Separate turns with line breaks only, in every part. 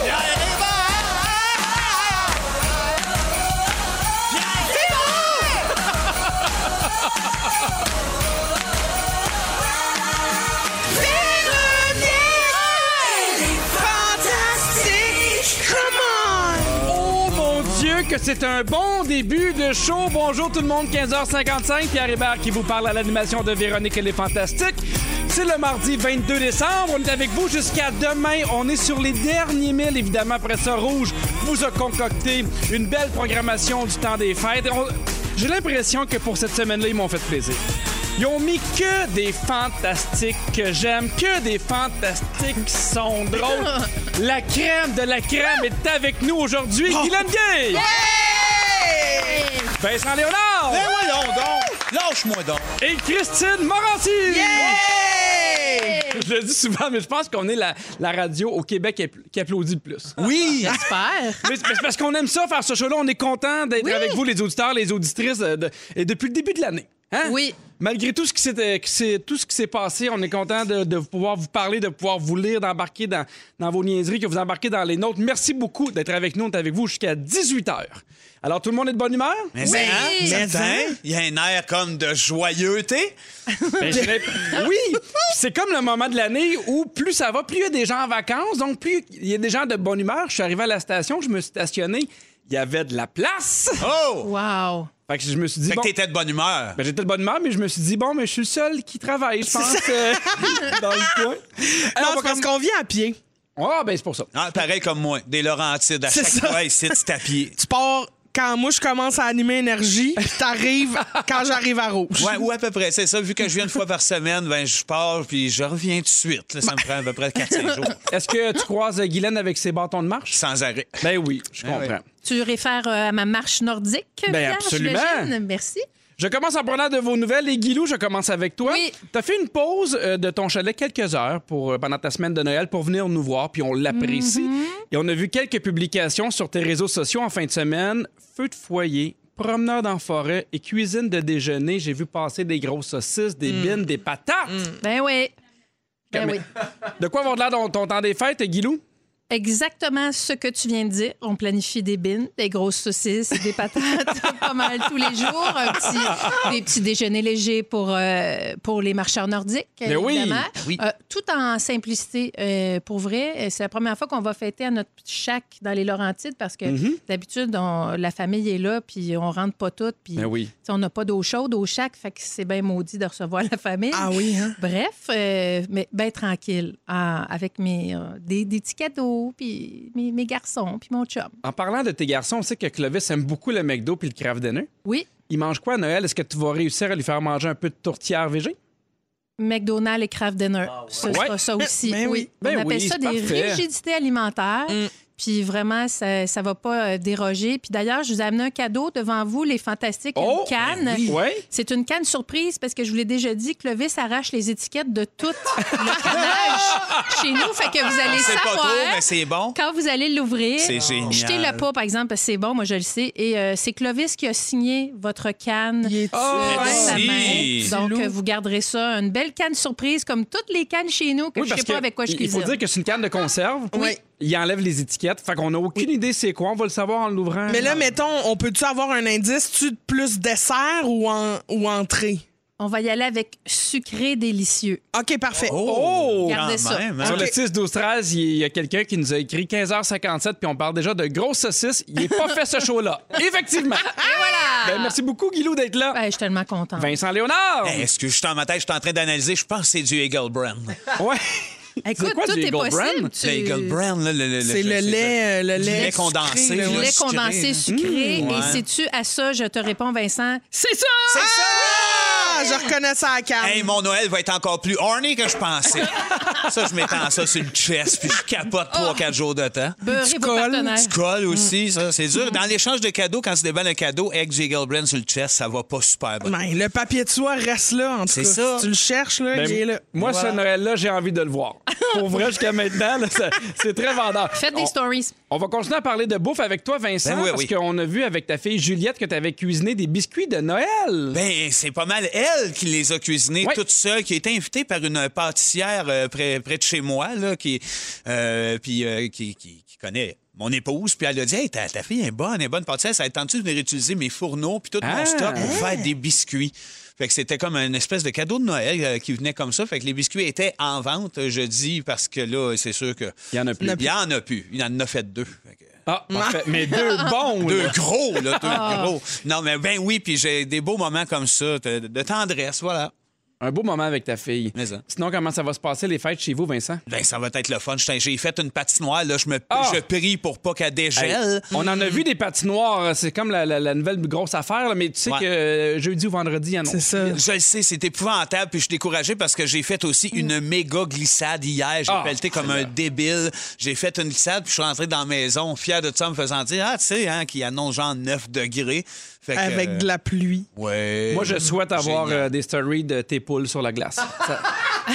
Pierre Hébert! Pierre Hébert! Véronique! Fantastique! Come
Oh mon Dieu, que c'est un bon début de show. Bonjour tout le monde, 15h55. Pierre Hébert qui vous parle à l'animation de Véronique et les Fantastiques. C'est le mardi 22 décembre. On est avec vous jusqu'à demain. On est sur les derniers milles, évidemment. Après ça, Rouge vous a concocté une belle programmation du temps des fêtes. On- J'ai l'impression que pour cette semaine-là, ils m'ont fait plaisir. Ils ont mis que des fantastiques que j'aime, que des fantastiques qui sont drôles. La crème de la crème est avec nous aujourd'hui. Guylaine Gay! Vincent Léonard!
Ben voyons donc! Lâche-moi donc!
Et Christine Morancy!
Hey!
Je le dis souvent, mais je pense qu'on est la, la radio au Québec ap- qui applaudit le plus.
Oui!
Mais c'est mais c'est parce qu'on aime ça, faire ce show-là. On est content d'être avec vous, les auditeurs, les auditrices, euh, de- et depuis le début de l'année. Hein?
Oui.
Malgré tout ce qui s'est, euh, qui s'est- tout ce qui s'est passé, on est content de, de pouvoir vous parler, de pouvoir vous lire, d'embarquer dans, dans vos niaiseries, que vous embarquez dans les nôtres. Merci beaucoup d'être avec nous. On est avec vous jusqu'à 18h. Alors, tout le monde est de bonne humeur?
Mais c'est
Oui.
hein? Certain. Il y a un air comme de joyeuseté.
Ben, je l'ai- oui, Puis c'est comme le moment de l'année où plus ça va, plus il y a des gens en vacances, donc plus il y a des gens de bonne humeur. Je suis arrivé à la station, je me suis stationné, il y avait de la place.
Oh!
Wow.
Fait que je me suis dit,
Fait
bon,
que t'étais de bonne humeur.
ben, j'étais de bonne humeur, mais je me suis dit, bon, mais je suis le seul qui travaille, je pense, euh, dans le coin. Alors, on va comme-
qu'on vient à pied.
Ah, ben c'est pour ça.
Ah, pareil comme moi, des Laurentides. À
C'est
chaque
ça.
fois, ici, tu tapis.
Tu pars quand moi je commence à animer énergie, puis t'arrives quand j'arrive à rouge.
Ouais, ou à peu près, c'est ça. Vu que je viens une fois par semaine, ben je pars puis je reviens tout de suite. là. ça
Ben.
me prend à peu près 4-5 jours.
Est-ce que tu croises euh, Guylaine avec ses bâtons de marche?
Sans arrêt.
Ben oui, je
Ben
comprends.
oui.
Tu réfères euh, à ma marche nordique, Pierre,
Ben, absolument.
j'imagine? Merci.
Je commence en prenant de vos nouvelles. Et Guilou, je commence avec toi.
Oui.
T'as fait une pause euh, de ton chalet quelques heures pour, euh, pendant ta semaine de Noël pour venir nous voir, puis on l'apprécie. Et on a vu quelques publications sur tes réseaux sociaux en fin de semaine. Feu de foyer, promeneur dans la forêt et cuisine de déjeuner. J'ai vu passer des grosses saucisses, des bines, des patates.
Ben oui. Ben oui.
De quoi avoir de l'air dans ton temps des fêtes, Guilou?
Exactement ce que tu viens de dire. On planifie des bines, des grosses saucisses, des patates, pas mal tous les jours. Un petit- des petits déjeuners légers pour, euh, pour les marcheurs nordiques,
Mais Ben oui,
évidemment.
oui.
Euh, tout en simplicité, euh, pour vrai. Euh, C'est la première fois qu'on va fêter à notre petit chac dans les Laurentides parce que
Mhm.
d'habitude, on- la famille est là, puis on rentre pas toutes. Puis
Ben oui.
T'sais, on n'a pas d'eau chaude au chac, fait que c'est bien maudit de recevoir la famille.
Ah oui, hein?
Bref, euh, mais bien tranquille, ah, avec mes, euh, des, des petits cadeaux, puis mes, mes garçons, puis mon chum.
En parlant de tes garçons, on sait que Clovis aime beaucoup le McDo puis le Kraft Dinner.
Oui,
Il mange quoi à Noël? Est-ce que tu vas réussir à lui faire manger un peu de tourtière végé?
McDonald's et Kraft Dinner, ce
Ah ouais.
sera ça aussi.
ben oui.
Ben
on appelle
oui,
ça
c'est
des
parfait. Mm.
rigidités alimentaires. Puis vraiment, ça ne va pas euh, déroger. Puis d'ailleurs, je vous ai amené un cadeau devant vous, les fantastiques,
Oh,
une canne.
Oui.
C'est une canne surprise parce que je vous l'ai déjà dit, Clovis arrache les étiquettes de tout le canage chez nous. Fait que vous allez
C'est pas
savoir
trop, mais c'est bon.
quand vous allez l'ouvrir.
C'est génial.
Jetez-le pas, par exemple, parce que c'est bon, moi je le sais. Et euh, c'est Clovis qui a signé votre canne.
Il est-tu
Oh,
de sa
merci.
main. Donc,
Petit loup.
euh, vous garderez ça, une belle canne surprise, comme toutes les cannes chez nous, que
Oui,
je sais
parce
pas
que
avec quoi je
il- Il
cuisine.
faut dire que c'est une canne de conserve.
Oui.
Il enlève les étiquettes. Fait qu'on n'a aucune idée c'est quoi. On va le savoir en l'ouvrant.
Mais là, mettons, on peut-tu avoir un indice, tu de plus dessert ou, en, ou entrée?
On va y aller avec sucré délicieux.
OK, parfait.
Oh!
Regardez
Quand
ça.
même, hein?
Sur le
Ok.
6-12-13, il y a quelqu'un qui nous a écrit 15h57, puis on parle déjà de grosses saucisses. Il n'est pas fait ce show-là. Effectivement.
Voilà!
Ben, merci beaucoup, Guilou, d'être là.
Ben, je suis tellement contente.
Vincent Léonard!
Hey, Ben, Est-ce que je suis en ma tête, je suis en train d'analyser. Je pense que c'est du Eagle Brand.
Ouais.
Écoute,
C'est quoi,
tout
du
est
Eagle Brand?
possible.
Le Eagle Brand, là, le, le-
C'est le lait, euh, le
du
lait sucré,
condensé.
là,
là,
Le
ouais.
lait
sucré,
condensé
là.
sucré.
Mmh,
Et
ouais.
sais-tu, à ça, je te réponds, Vincent,
C'est ça!
C'est ça!
Ah, je reconnais ça à la carte.
Hey, mon Noël va être encore plus horny que je pensais. ça, je m'étends ça sur le chest, puis je capote 3-4 jours de temps.
beurrez vos partenaires.
Tu colles aussi, ça, c'est dur. Dans l'échange de cadeaux, quand tu déballes un cadeau avec du Eagle Brand sur le chest, ça va pas super bien.
Ben, le papier de soie reste là, en tout cas.
C'est ça.
Si tu le cherches, là,
Ben,
il est là.
Moi, ce Noël-là, j'ai envie de le voir. Pour vrai, jusqu'à maintenant, là, ça- c'est très vendeur.
Faites des
On-
stories.
On va continuer à parler de bouffe avec toi, Vincent,
Ben oui,
parce
oui.
qu'on a vu avec ta fille Juliette que tu avais cuisiné des biscuits de Noël.
Ben, c'est pas mal elle qui les a cuisinés
Ouais.
toute seule, qui a été invitée par une pâtissière euh, près, près de chez moi, là, qui, euh, puis, euh, qui, qui- qui connaît mon épouse. Puis elle a dit Hey, ta, ta fille est bonne, elle est bonne pâtissière, ça a tenté de venir utiliser mes fourneaux, puis tout
Ah.
mon stock pour faire des biscuits. Fait que c'était comme une espèce de cadeau de Noël euh, qui venait comme ça. Fait que les biscuits étaient en vente euh, jeudi parce que là, c'est sûr que.
Il y en a plus.
Il y en a plus. Il en a fait deux. Fait que-
Ah, parfait. Mais deux bons. là. Ah.
deux gros, là, deux gros. Non, mais ben oui, puis j'ai des beaux moments comme ça, de, de tendresse, voilà.
Un beau moment avec ta fille.
Mais ça.
Sinon, comment ça va se passer les fêtes chez vous, Vincent?
Ben, ça va être le fun. J'étais- J'ai fait une patinoire, là, je me
Ah!
je prie pour pas qu'elle dégèle.
On en a vu des patinoires. C'est comme la, la- la nouvelle grosse affaire, là, mais tu sais
Ouais.
que euh, jeudi ou vendredi, il y en a.
C'est ça.
Je le sais, c'est épouvantable, puis je suis découragé parce que j'ai fait aussi une méga glissade hier. J'ai
Ah,
pelleté comme un débile. J'ai fait une glissade, puis je suis rentré dans la maison, fier de ça, me faisant dire Ah, tu sais, hein, qui annonce genre 9 degrés. Fait que,
Avec
euh,
de la pluie.
Ouais.
Moi, je souhaite avoir
Génial.
euh, des stories de tes poules sur la glace. Ça,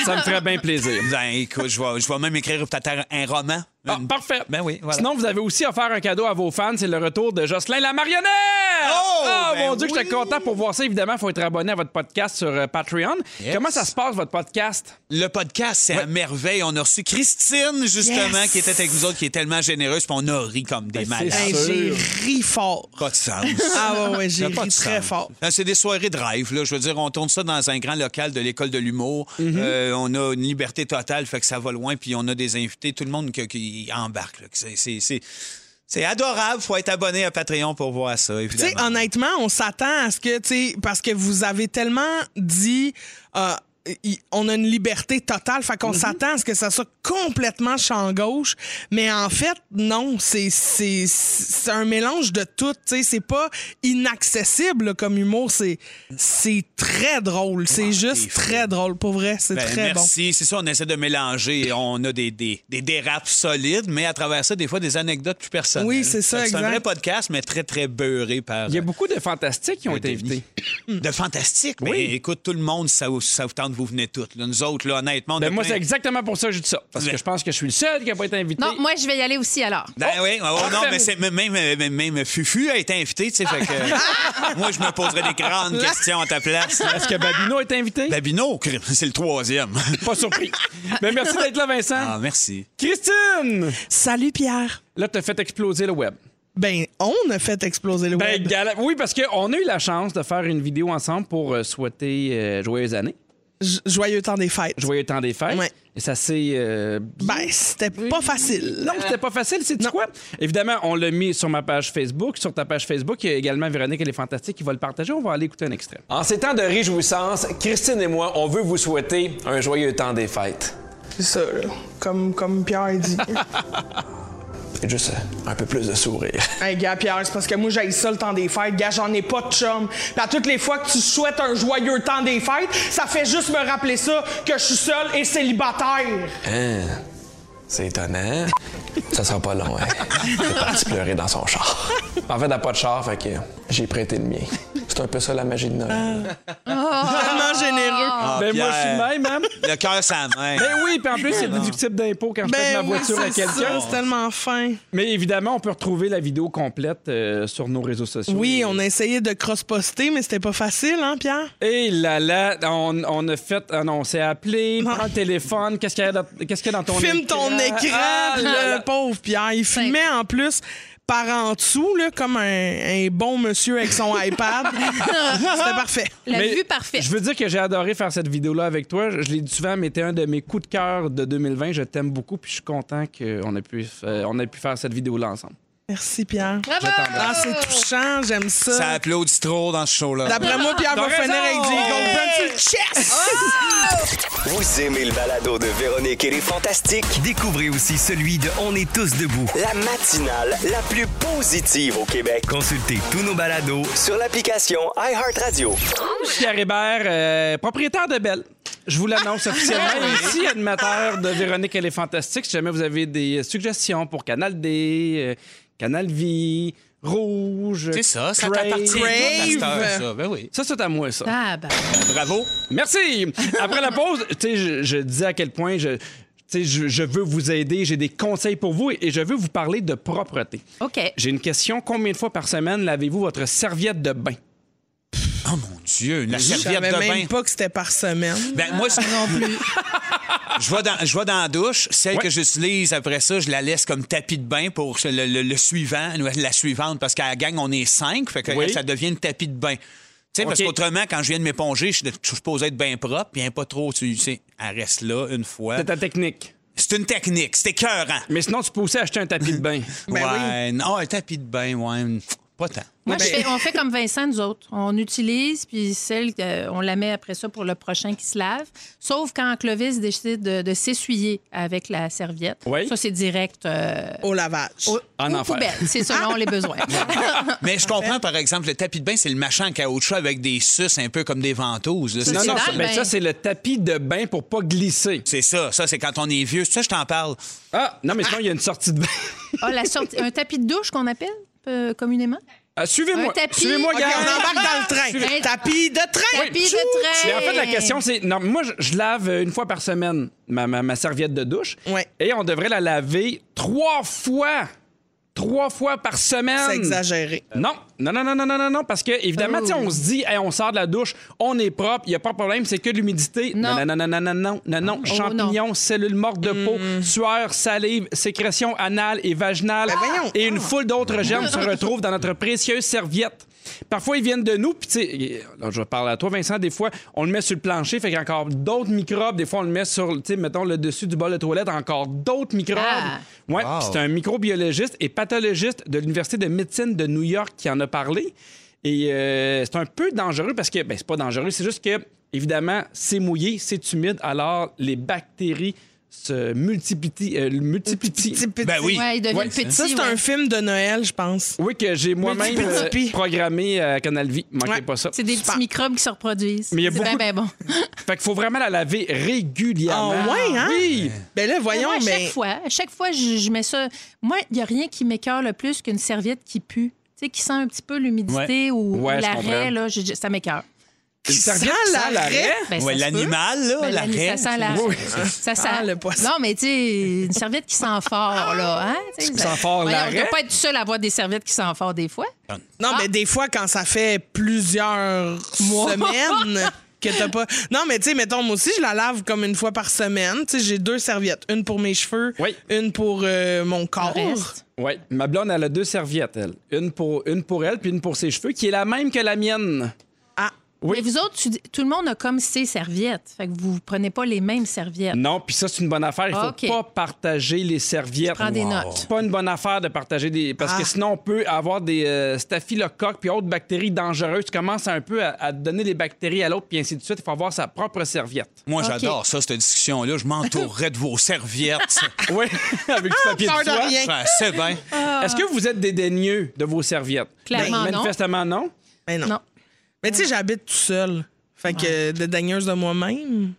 ça me ferait bien plaisir.
Ben, écoute, je vais, je vais même écrire peut-être un roman.
euh, Ah,
Une-
parfait.
Ben oui, voilà.
Sinon, vous avez aussi offert un cadeau à vos fans. C'est le retour de Jocelyn la marionnette.
Oh,
Ah,
ben
mon Dieu, que j'étais
oui.
content pour voir ça. Évidemment, il faut être abonné à votre podcast sur euh, Patreon.
Yes.
Comment ça se passe, votre podcast?
Le podcast, c'est à merveille. On a reçu Christine, justement, qui était avec nous autres, qui est tellement généreuse, puis on a ri comme des
Ben, c'est
malades.
Hey,
sûr.
j'ai ri fort.
Pas de sens.
Ah ouais, ouais, j'ai
Ça n'a pas
ri
de
très
sens.
fort.
Euh, C'est des soirées de rêve, là. Je veux dire, on tourne ça dans un grand local de l'école de l'humour.
Mm-hmm.
Euh, on a une liberté totale, fait que ça va loin, puis on a des invités, tout le monde qui, qui embarque. là. C'est- c'est- C'est c'est adorable. Faut être abonné à Patreon pour voir ça,
Tu sais,
évidemment.
honnêtement, on s'attend à ce que, tu sais, parce que vous avez tellement dit, euh, y- on a une liberté totale, fait qu'on
Mhm.
s'attend à ce que ça soit complètement champ gauche, mais en fait, non, c'est c'est- c'est un mélange de tout, tu sais, c'est pas inaccessible là, comme humour, c'est c'est très drôle, c'est
t'es
juste
fou.
très drôle, pour vrai, c'est
Ben,
très bon.
merci. C'est ça, on essaie de mélanger. On a des, des, des dérapes solides, mais à travers ça, des fois, des anecdotes plus personnelles.
Oui, c'est ça,
C'est un
exact.
vrai podcast, mais très, très beurré par.
Il y a beaucoup de fantastiques qui ont
euh,
été
Denis.
invités.
De fantastique. Mais
Oui.
écoute, tout le monde, ça, vous- ça vous tente, vous venez toutes. là. Nous autres, là, honnêtement, on a
Ben, moi,
plein-
c'est exactement pour ça que je dis ça. Parce que
Ben.
je pense que je suis le seul qui n'a pas été invité.
Non, moi, je vais y aller aussi alors.
Ben oui, oh, non,
parfait.
mais c'est même, même, même- même Fufu a été invité, tu sais, fait que moi, je me poserais des grandes questions à ta place. là.
Est-ce que Babino est invité?
Babino, crime, c'est le troisième.
Pas surpris. Ben, merci d'être là, Vincent.
Ah, merci.
Christine!
Salut Pierre!
Là, t'as fait exploser le web.
Ben, on a fait exploser le
Ben,
web.
gala- Oui, parce qu'on a eu la chance de faire une vidéo ensemble pour euh, souhaiter euh, joyeuses années,
Jo- Joyeux temps des fêtes.
joyeux temps des fêtes.
Ouais.
Et ça s'est euh,
Ben, c'était pas facile.
Non, c'était pas facile, c'est quoi? Évidemment, on l'a mis sur ma page Facebook. Sur ta page Facebook, il y a également Véronique, elle est fantastique, qui va le partager. On va aller écouter un extrait.
En ces temps de réjouissance, Christine et moi, on veut vous souhaiter un joyeux temps des fêtes.
C'est ça, là. Comme, comme Pierre il dit.
Et juste euh, un peu plus de sourire.
hey, gars, Pierre, c'est parce que moi, j'ai ça le temps des fêtes. Gars, j'en ai pas de chum. Puis à toutes les fois que tu souhaites un joyeux temps des fêtes, ça fait juste me rappeler ça, que je suis seul et célibataire.
Hein? C'est étonnant. Ça sera pas long, hein? Il est parti pleurer dans son char. En fait, elle a pas de char, fait que j'ai prêté le mien. C'est un peu ça la magie de Noël.
Vraiment généreux.
Ah,
ben, moi, je suis
Pierre,
de même, hein?
Le cœur, ça main.
Ben oui, puis en plus, c'est déductible d'impôt quand je prête ma voiture à quelqu'un.
Ben c'est tellement fin.
Mais évidemment, on peut retrouver la vidéo complète euh, sur nos réseaux sociaux.
Oui, on a essayé de cross-poster, mais c'était pas facile, hein, Pierre?
Et là là, on, on a fait, ah non, on s'est appelé, prends le téléphone, qu'est-ce qu'il y a dans, qu'est-ce qu'il y a dans ton
Ah. Filme
écran?
ton écran,
Ah,
puis
là,
le
là.
pauvre Pierre. Il filmait en plus par en dessous, là, comme un, un bon monsieur avec son iPad. c'était parfait.
La
Mais
vue parfaite.
Je veux dire que j'ai adoré faire cette vidéo-là avec toi. Je, je l'ai dit souvent, mais t'es un de mes coups de cœur de 2020. Je t'aime beaucoup, puis je suis content qu'on ait pu, euh, on ait pu faire cette vidéo-là ensemble.
Merci, Pierre.
Bravo!
Ah, c'est touchant, j'aime ça.
Ça
hein.
applaudit trop dans ce show-là.
D'après moi, Pierre
T'as
va finir avec
raison.
des gold sur le chest.
Vous aimez le balado de Véronique et les Fantastiques?
Découvrez aussi celui de On est tous debout.
La matinale la plus positive au Québec.
Consultez tous nos balados
Sur l'application iHeartRadio.
Pierre Hébert, euh, propriétaire de Belle. Je vous l'annonce officiellement
Ah
ici, animateur de Véronique, elle est fantastique. Si jamais vous avez des euh, suggestions pour Canal D, euh, Canal Vie, Rouge,
C'est ça, ça
Crave.
t'appartient. toi, ta star,
Crave.
ça. Ben oui.
Ça, c'est à moi, ça.
Ah, ben.
Bravo.
Merci. Après la pause, tu sais, je, je disais à quel point je. tu sais, Tu sais, je, je veux vous aider, j'ai des conseils pour vous et, et je veux vous parler de propreté.
OK.
J'ai une question. Combien de fois par semaine lavez-vous votre serviette de bain?
Oh mon Dieu, la
Je
serviette
savais
de
même
bain.
pas que c'était par semaine.
Ben, moi, non plus. Je vais, dans, je vais dans la douche. Celle
Ouais.
que j'utilise après ça, je la laisse comme tapis de bain pour le, le- le suivant, la suivante, parce qu'à la gang, on est cinq, fait que
Oui.
ça devient une tapis de bain. Tu sais, parce
OK.
qu'autrement, quand je viens de m'éponger, je suis je suis supposé être bien propre, bien pas trop. Tu sais, elle reste là une fois.
C'est ta technique.
C'est une technique, c'est écœurant.
Mais sinon, tu peux aussi acheter un tapis de bain.
Ben oui.
ouais, non, un tapis de bain, ouais, pas tant.
Moi, je
ben-
fais- on fait comme Vincent, nous autres. On utilise, puis celle, euh, on la met après ça pour le prochain qui se lave. Sauf quand Clovis décide de, de s'essuyer avec la serviette.
Oui.
Ça, c'est direct euh,
Au lavage.
au,
En
aux
enfer.
poubelles. C'est selon les besoins.
Mais je comprends, par exemple, le tapis de bain, c'est le machin en caoutchouc avec des suces un peu comme des ventouses. là.
Ça,
Non,
C'est
non,
dans
ça,
le
ben
bain.
ça, c'est le tapis de bain pour pas glisser.
C'est ça, ça, c'est quand on est vieux. C'est ça, je t'en parle.
Ah, non, mais sinon, il y a une sortie de bain.
Ah, la sortie- un tapis de douche qu'on appelle euh, communément.
Ah,
Un
Suivez-moi.
tapis.
Suivez-moi,
OK,
gang.
on embarque dans le train.
Suivez.
Tapis de train.
Tapis de train.
Mais en fait, la question, c'est. Non, moi, je, je lave une fois par semaine ma, ma- ma serviette de douche.
Ouais.
Et on devrait la laver trois fois. Trois fois par semaine.
C'est exagéré.
Euh, Non, non, non, non, non, non, non, non, parce que évidemment, tu sais,
Oh.
on se dit, Hey, on sort de la douche, on est propre, il n'y a pas de problème, c'est que de l'humidité.
Non.
non, non, non, non, non, non, non,
Oh, Mm.
champignons, cellules mortes de peau, sueur, salive, sécrétion anale et vaginale
voyons.
et une foule d'autres germes se retrouvent dans notre précieuse serviette. Parfois, ils viennent de nous, puis tu sais, là, je parle à toi, Vincent, des fois, on le met sur le plancher, fait qu'il y a encore d'autres microbes, des fois, on le met sur, tu sais, mettons, le dessus du bol de toilette, encore d'autres microbes.
Ah.
Ouais, puis c'est un microbiologiste et pathologiste de l'Université de médecine de New York qui en a parlé. Et euh, c'est un peu dangereux parce que, ben, c'est pas dangereux, c'est juste que, évidemment, c'est mouillé, c'est humide, alors les bactéries se multiplient. euh, multiplient.
Petit, petit.
Ben oui.
Ouais, il devient
Ouais,
petit.
Ça, c'est
ouais.
un film de Noël, je pense.
Oui, que j'ai moi-même euh,
Multiplient.
programmé euh, à Canal Vie. Manquez
Ouais.
pas ça.
C'est des petits microbes qui se reproduisent.
Mais il y a
C'est
beaucoup-
bien, bien bon.
Fait qu'il faut vraiment la laver régulièrement.
Ah ouais, hein?
Oui!
Ben là, voyons,
Moi, à chaque
mais.
fois, à chaque fois, je, je mets ça. Moi, il n'y a rien qui m'écœure le plus qu'une serviette qui pue. Tu sais, qui sent un petit peu l'humidité ou, ou
Ouais, je comprends.
l'arrêt, là, je- je- ça m'écœure.
Une serviette
sent
sale à
l'arrêt.
raie.
Ben, ça
Ouais,
se
l'animal, là,
peut. Ben,
la
l'ani-
reine.
Ça sent la...
Oui.
Ça sent...
Ah, le poisson.
Non, mais tu sais, une serviette qui sent fort, là. Hein? Tu sais, ça-
sent fort
Voyons, On
l'arrêt.
ne doit pas être seul à avoir des serviettes qui sentent fort des fois.
Non,
Ah.
mais des fois, quand ça fait plusieurs semaines que t'as pas. Non, mais tu sais, mettons, moi aussi, je la lave comme une fois par semaine. Tu sais, j'ai deux serviettes. Une pour mes cheveux,
Oui.
une pour euh, mon corps.
Le reste.
Oui, ma blonde, elle a deux serviettes, elle. Une pour, une pour elle, puis une pour ses cheveux, qui est la même que la mienne.
Ah,
Oui.
Mais vous autres, tu dis- tout le monde a comme ses serviettes. Fait que vous ne prenez pas les mêmes serviettes.
Non, puis ça, c'est une bonne affaire. Il faut
Ah, OK.
pas partager les serviettes.
Prends des notes. Ah.
C'est pas une bonne affaire de partager des. Parce que sinon, on peut avoir des euh, staphylocoques puis autres bactéries dangereuses. Tu commences un peu à, à donner des bactéries à l'autre, puis ainsi de suite. Il faut avoir sa propre serviette.
Moi,
OK.
j'adore ça, cette discussion-là. Je m'entourerais de vos serviettes.
Oui, avec du papier
peur
de
de
soie.
rien.
Ça, c'est bien.
Ah.
Est-ce que vous êtes dédaigneux de vos serviettes?
Clairement
Ben,
non.
Manifestement non.
mais Ben non.
Non.
Mais tu sais, j'habite tout seul. Fait que euh, dédaigneuse de moi-même,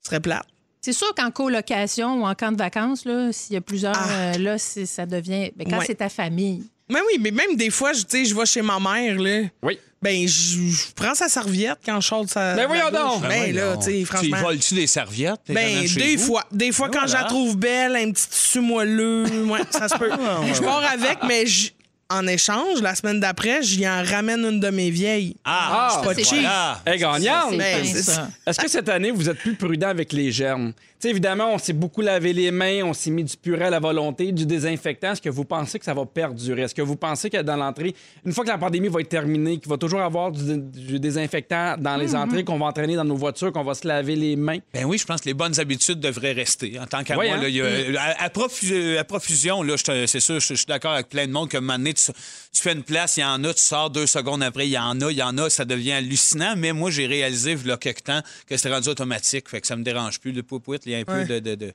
ce serait plate.
C'est sûr qu'en colocation ou en camp de vacances, là, s'il y a plusieurs,
Ah.
euh, là, c'est- ça devient. Mais quand
Ouais.
c'est ta famille.
Mais oui, mais même des fois, je- tu sais, je vais chez ma mère, là.
Oui.
Ben, je je prends sa serviette quand je sors de sa.
Ben
de la
voyons
douche.
donc!
Ben,
Ben
là,
voyons.
tu sais,
Tu y
franchement.
voles-tu des serviettes? t'es quand
Ben,
même chez
des
vous? Ben
fois. Des fois, quand je la
voilà.
trouve belle, un petit tissu moelleux, ouais, ça se peut.
Ah,
Je pars avec, mais je- en échange, la semaine d'après, j'y en ramène une de mes vieilles.
Ah,
Ah,
c'est pas
voilà.
Eh,
Ça,
gagnante!
c'est
mais
fin,
c'est-
ça.
Est-ce que cette année, vous êtes plus prudent avec les germes? Tu sais, évidemment, on s'est beaucoup lavé les mains, on s'est mis du purée à la volonté, du désinfectant. Est-ce que vous pensez que ça va perdurer? Est-ce que vous pensez que dans l'entrée, une fois que la pandémie va être terminée, qu'il va toujours avoir du, du désinfectant dans
Mm-hmm.
les entrées, qu'on va entraîner dans nos voitures, qu'on va se laver les mains?
Ben oui, je pense que les bonnes habitudes devraient rester. En tant qu'à
Oui,
moi,
hein?
là, il y a- à, à profu- à profusion, là, je te- c'est sûr, je, je suis d'accord avec plein de monde que un moment donné, tu, tu fais une place, il y en a, tu sors deux secondes après, il y en a, il y en a, ça devient hallucinant. Mais moi, j'ai réalisé, il y a quelques temps, que c'était rendu automatique, fait que ça me dérange plus, le poupoute, il y a un peu de... de- de-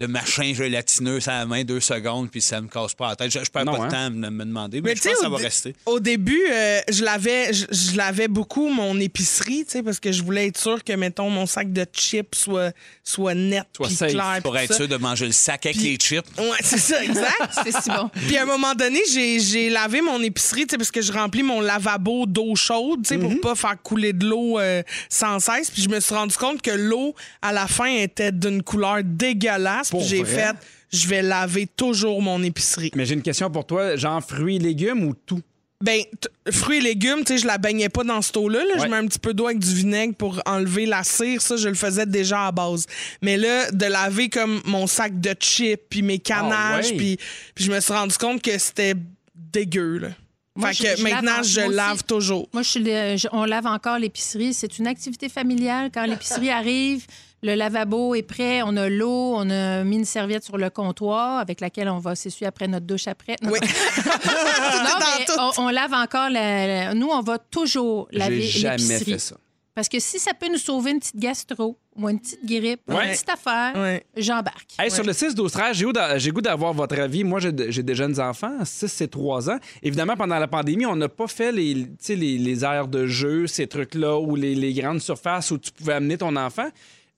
de machin gélatineux à la main deux secondes, puis ça me casse pas la tête. Je, je perds
Non,
pas
hein.
de temps à me, me demander, mais,
Mais
je
tu
pense
sais,
que ça
au,
va
dé-
rester.
au début, euh, je l'avais, je, je l'avais beaucoup mon épicerie, tu sais, parce que je voulais être sûr que mettons mon sac de chips soit soit net,
Soit
puis
safe,
clair,
Pour
puis
être
ça.
sûr de manger le sac avec les chips.
Ouais, c'est ça, exact.
C'est si bon.
Puis à un moment donné, j'ai, j'ai lavé mon épicerie, tu sais, parce que je remplis mon lavabo d'eau chaude, tu sais,
Mhm.
pour pas faire couler de l'eau euh, sans cesse. Puis je me suis rendu compte que l'eau, à la fin, était d'une couleur dégueulasse. Puis
Pour
j'ai
vrai?
fait, je vais laver toujours mon épicerie.
Mais j'ai une question pour toi. Genre fruits, légumes ou tout?
Ben, t- fruits et légumes, tu sais, je la baignais pas dans ce eau-là. là.
Ouais.
Je mets un petit peu d'eau avec du vinaigre pour enlever la cire. Ça, je le faisais déjà à base. Mais là, de laver comme mon sac de chips, puis mes canages,
ouais.
puis, puis je me suis rendu compte que c'était dégueu, là.
Moi,
fait que
je- je lave
maintenant,
en-
je
moi aussi.
lave toujours.
Moi, je suis le- je- on lave encore l'épicerie. C'est une activité familiale. Quand l'épicerie arrive, le lavabo est prêt, on a l'eau, on a mis une serviette sur le comptoir avec laquelle on va s'essuyer après notre douche après. Non,
Oui.
non,
Tout est dans
mais
tout.
on, on lave encore. la- la- nous, on va toujours
J'ai
laver
jamais
l'épicerie.
fait ça.
Parce que si ça peut nous sauver une petite gastro ou une petite grippe, ou
Ouais.
une petite affaire,
Ouais.
j'embarque.
Hey, Sur le 6, 12, 13, j'ai goût d'a- j'ai goût d'avoir votre avis. Moi, j'ai de- j'ai des jeunes enfants, 6 et 3 ans. Évidemment, pendant la pandémie, on n'a pas fait les, tu sais, les, les aires de jeu, ces trucs-là, ou les, les grandes surfaces où tu pouvais amener ton enfant.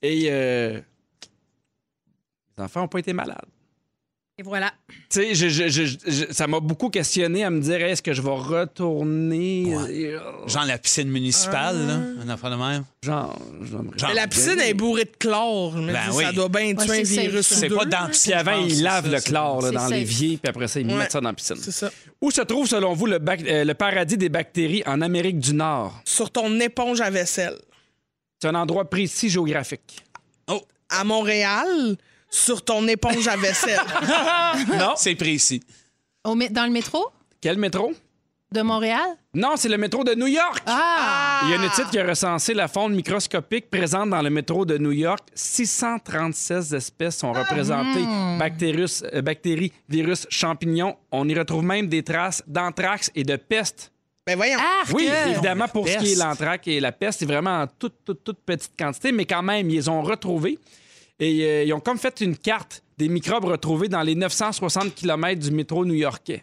Et euh, les enfants n'ont pas été malades.
Et voilà.
Tu sais, je- je- je- je- ça m'a beaucoup questionné à me dire est-ce que je vais retourner
Ouais.
Et, euh,
Genre la piscine municipale, là, un enfant de même.
genre, je vais me-
Genre,
Mais la piscine est bourrée de chlore. Je me
Ben
dis,
oui.
Ça doit bien tuer
c'est
un
safe,
virus
ça.
ou
c'est
deux.
pas dans la piscine.
Puis avant,
je pense,
ils
c'est
lavent
ça,
le
c'est-
chlore là,
C'est
dans
safe.
l'évier, puis après ça, ils
Ouais.
mettent ça dans la piscine.
C'est ça.
Où se trouve, selon vous, le, bac- euh, le paradis des bactéries en Amérique du Nord?
Sur ton éponge à vaisselle.
C'est un endroit précis géographique.
À Montréal, sur ton éponge à vaisselle.
non.
C'est précis.
Au mé- dans le métro
Quel métro?
de Montréal?
Non, c'est le métro de New York!
Ah!
Il y a une étude qui a recensé la faune microscopique présente dans le métro de New York. 636 espèces sont représentées. Bactérus- euh, bactéries, virus, champignons. On y retrouve même des traces d'anthrax et de peste.
ben voyons.
Ah,
Oui,
que-
évidemment, pour ce qui est
Peste.
l'anthrax et la peste, c'est vraiment en toute, toute, toute petite quantité, mais quand même, ils les ont retrouvés. Et euh, ils ont comme fait une carte des microbes retrouvés dans les 960 km du métro new-yorkais.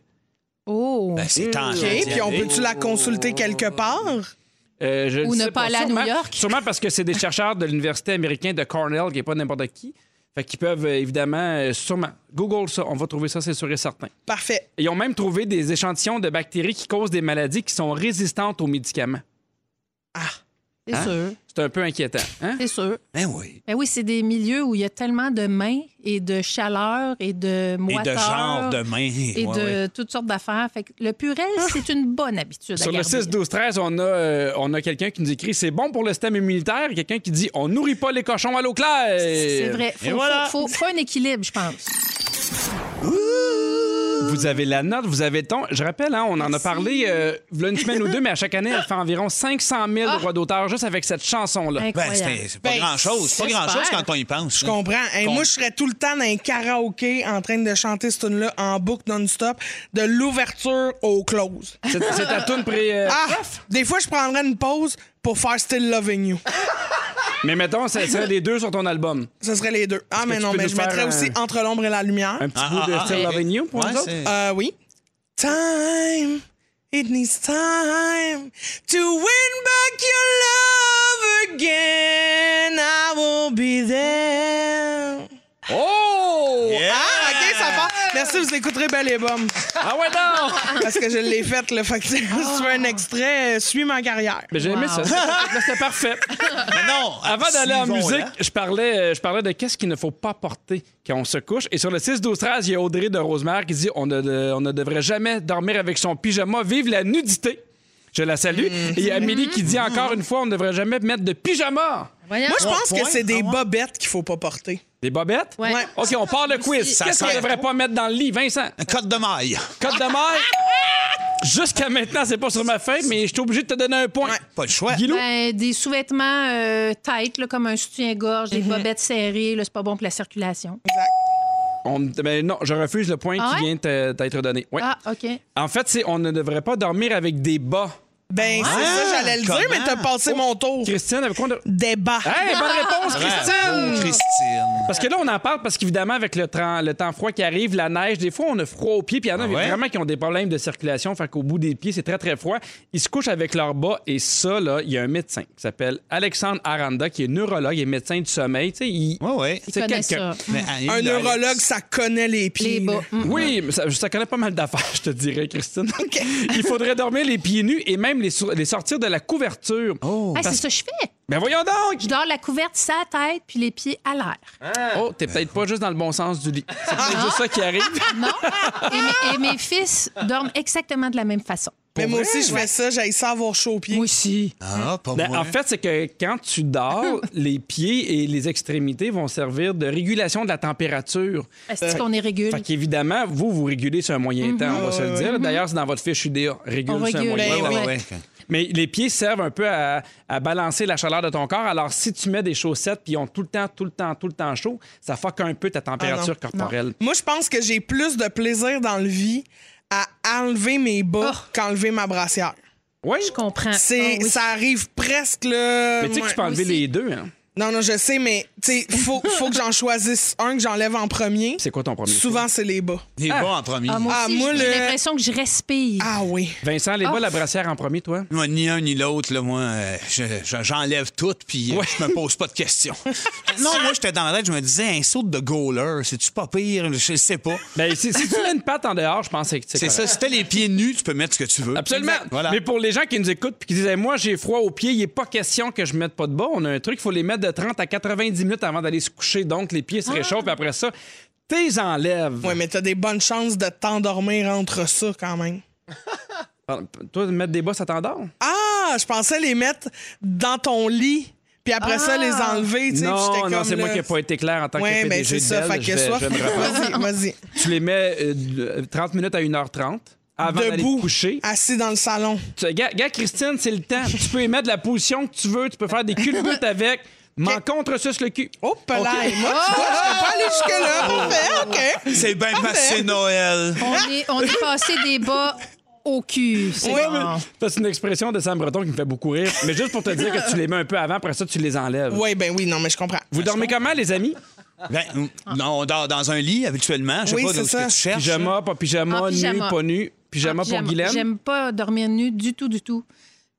Oh!
Ben, c'est en
OK, puis on peut-tu la consulter quelque part?
Euh, je
Ou
le
ne
sais
pas aller à
sûrement-
New York.
Sûrement parce que c'est des chercheurs de l'université américaine de Cornell, qui n'est pas n'importe qui. Fait qu'ils peuvent, euh, évidemment, euh, sûrement. Google ça, on va trouver ça, c'est sûr et certain.
Parfait.
Et ils ont même trouvé des échantillons de bactéries qui causent des maladies qui sont résistantes aux médicaments.
C'est
Hein?
sûr.
C'est un peu inquiétant. Hein?
C'est sûr.
Ben oui.
Ben oui, c'est des milieux où il y a tellement de mains et de chaleur et de
Et
moiteur.
de genre, de main.
et
ouais,
de
ouais.
toutes sortes d'affaires. Fait que le purel, c'est une bonne habitude à
Sur le
garder.
6-12-13, on a, euh, on a quelqu'un qui nous écrit c'est bon pour le système immunitaire. Quelqu'un qui dit on nourrit pas les cochons à l'eau claire.
C'est vrai. Faut,
Et voilà.
faut, faut- faut un équilibre, je pense.
Vous avez la note, vous avez le ton. Je rappelle, hein, on en a
Merci.
parlé euh, v'là une semaine ou deux, mais à chaque année, elle fait environ 500 000 droits d'auteur juste avec cette chanson-là.
Ben,
Ah. Incroyable.
c'est c'est pas
Ben,
grand-chose. C'est pas
j'espère.
grand-chose quand on y pense.
Je comprends. Hey, moi, je serais tout le temps dans un karaoké en train de chanter cette tune-là en boucle non-stop, de l'ouverture au close.
C'est c'est ta tune pré. euh,
Ah! Des fois, je prendrais une pause pour faire Still Loving You.
Mais mettons, c'est c'est les deux sur ton album.
Ce serait les deux. Ah,
que
mais
tu
non,
peux
mais
nous
je
faire
mettrais
un-
aussi Entre l'ombre et la lumière.
Un petit
Ah,
bout de
ah, ah,
Still
eh,
Loving You pour
ouais,
nous autres.
c'est-
Euh, oui. Time, it needs time to win back your love again. I will be there.
Oh!
Yeah!
Ah, ok, ça part. Merci, vous écouterez Belle et Bombe.
Ah ouais, non!
Parce que je l'ai faite, le fait que
Ah.
si tu veux un extrait, euh, suis ma carrière.
Mais j'ai aimé
Wow.
ça. Là, C'était parfait.
Mais non!
Avant d'aller en
suivons-la.
musique, je parlais, euh, je parlais de qu'est-ce qu'il ne faut pas porter quand on se couche. Et sur le 6-12-13, il y a Audrey de Rosemère qui dit on ne, de- on ne devrait jamais dormir avec son pyjama. Vive la nudité! Je la salue. Et il y a Amélie qui dit encore une fois on ne devrait jamais mettre de pyjama.
Voyons.
Moi, je pense
point.
que c'est des
Ah ouais.
bobettes qu'il faut pas porter.
Des bobettes?
Ouais.
Ouais.
OK, on part le quiz.
Ça
Qu'est-ce qu'on ne
sert.
devrait pas mettre dans le lit, Vincent?
Un code de maille.
Côte de maille? Jusqu'à maintenant, c'est pas sur ma feuille, mais je suis obligé de te donner un point.
Pas le choix.
Guilou?
Ben, des sous-vêtements euh, tight, là, comme un soutien-gorge, des bobettes serrées, là, c'est pas bon pour la circulation.
On- ben non, je refuse le point
Ah
qui
ouais?
vient de- d'être donné. Ouais.
Ah, OK.
En fait, c'est on ne devrait pas dormir avec des bas
Ben, c'est
Ah,
ça, j'allais le dire,
comment?
mais t'as passé mon tour.
Christine, avec quoi on a-
Débat.
Hey, bonne réponse,
Bravo,
Christine!
Christine.
Parce que là, on en parle parce qu'évidemment, avec le temps, le temps froid qui arrive, la neige, des fois, on a froid aux pieds. Puis il y en a
Ah ouais?
vraiment qui ont des problèmes de circulation. Fait qu'au bout des pieds, c'est très, très froid. Ils se couchent avec leur bas. Et ça, là, il y a un médecin qui s'appelle Alexandre Aranda, qui est neurologue et médecin du sommeil. Tu sais, il-
Ouais, ouais.
Ils
C'est
connaissent
quelqu'un.
ça.
Mais, ah,
Un
Anne, là,
neurologue, ça connaît les pieds.
Les bas. Mm.
Mm-hmm.
Oui, mais ça, ça connaît pas mal d'affaires, je te dirais, Christine. Il faudrait dormir les pieds nus et même les, sor- les sortir de la couverture.
Oh.
Hey, Ah, c'est ça que je fais.
Mais voyons donc!
Je dors la couverte sa tête puis les pieds à l'air.
Oh, t'es peut-être pas juste dans le bon sens du lit. C'est peut-être juste ça qui arrive.
Non? et, mes, et mes fils dorment exactement de la même façon.
Mais moi aussi, je fais ça, j'aille ça avoir chaud aux pieds.
aussi.
Ah, pas
Ben,
moi.
En fait, c'est que quand tu dors, les pieds et les extrémités vont servir de régulation de la température.
Est-ce qu'on est régule?
Euh, Fait qu'évidemment, vous, vous régulez sur un moyen temps, on va se le dire. D'ailleurs, c'est dans votre fiche UDA, régule
Mhm. On
sur un
régule.
moyen
Ouais,
temps.
ouais,
Ouais.
ouais.
Mais les pieds servent un peu à, à balancer la chaleur de ton corps. Alors, si tu mets des chaussettes puis ils ont tout le temps, tout le temps, tout le temps chaud, ça fuck un peu ta température
Ah
corporelle.
Moi, je pense que j'ai plus de plaisir dans le vie à enlever mes bas
Ah.
Oh.
qu'enlever ma brassière.
Oui.
Je comprends.
C'est,
Ah oui.
Ça arrive presque là.
Mais tu sais que
Ouais.
tu peux enlever
Aussi.
les deux. Hein.
Non, non, je sais, mais tu sais, faut, faut que j'en choisisse un que j'enlève en premier.
C'est quoi ton premier?
Souvent, c'est les bas.
Il est bon en premier.
Ah, moi
Ah,
aussi,
moi,
j'ai
le-
l'impression que je respire.
Ah oui.
Vincent, les bas,
Ah.
la brassière en premier, toi?
Moi, ni un ni l'autre, là, moi, euh, je- je- j'enlève tout, puis euh, je me pose pas de questions. non, moi, j'étais dans la tête, je me disais, un saut de goaler, c'est-tu pas pire? Je sais pas.
Ben, si, si tu mets une patte en dehors, je pense que c'est
C'est
correct.
ça, si t'as les pieds nus, tu peux mettre ce que tu veux.
Absolument.
Voilà.
Mais pour les gens qui nous écoutent puis qui disent moi j'ai froid aux pieds, il n'est pas question que je mette pas de bas. On a un truc, il faut les mettre de 30 à 90 minutes avant d'aller se coucher. Donc les pieds se réchauffent et après ça, t'es enlèves.
Ouais, mais t'as des bonnes chances de t'endormir entre ça quand même.
Pardon, Toi, mettre des bas, ça t'endort?
Ah, je pensais les mettre dans ton lit, puis après ça, les enlever. tu sais, puis j'étais
Ah! Non, non,
comme
c'est moi
là-
qui n'ai pas été clair en tant
Ouais,
que
mais
PDG
c'est ça.
d'Elle.
Fait
Je
que
vais-
soit.
je vais me reprendre.
Vas-y, vas-y.
Tu les mets euh, de- 30 minutes à 1h30 avant d'aller
Debout.
te coucher.
Assis dans le salon.
Tu- Gars, gars, Christine, c'est le temps. Tu peux y mettre la position que tu veux. Tu peux faire des culbutes avec. M'en contre suce le cul.
Oh, là, moi, tu vois, je peux pas aller jusque-là. Parfait, OK.
C'est bien
ben.
passé Noël.
On, est, on est passé des bas au cul. C'est
Ouais,
bon.
Ça, c'est une expression de Sam Breton qui me fait beaucoup rire. Mais juste pour te dire que tu les mets un peu avant, après ça, tu les enlèves.
Oui, ben oui, non, mais je comprends.
Vous dormez comment, les amis?
Ben, mm, non, on dort dans un lit habituellement. Je sais
Ah. Oui,
pas
c'est
dans ce
ça.
que tu cherches.
Pyjama, pas pyjama,
En
nu,
pyjama.
pas nu. Pyjama
Ah,
pour Guylaine.
J'aime pas dormir nu du tout, du tout.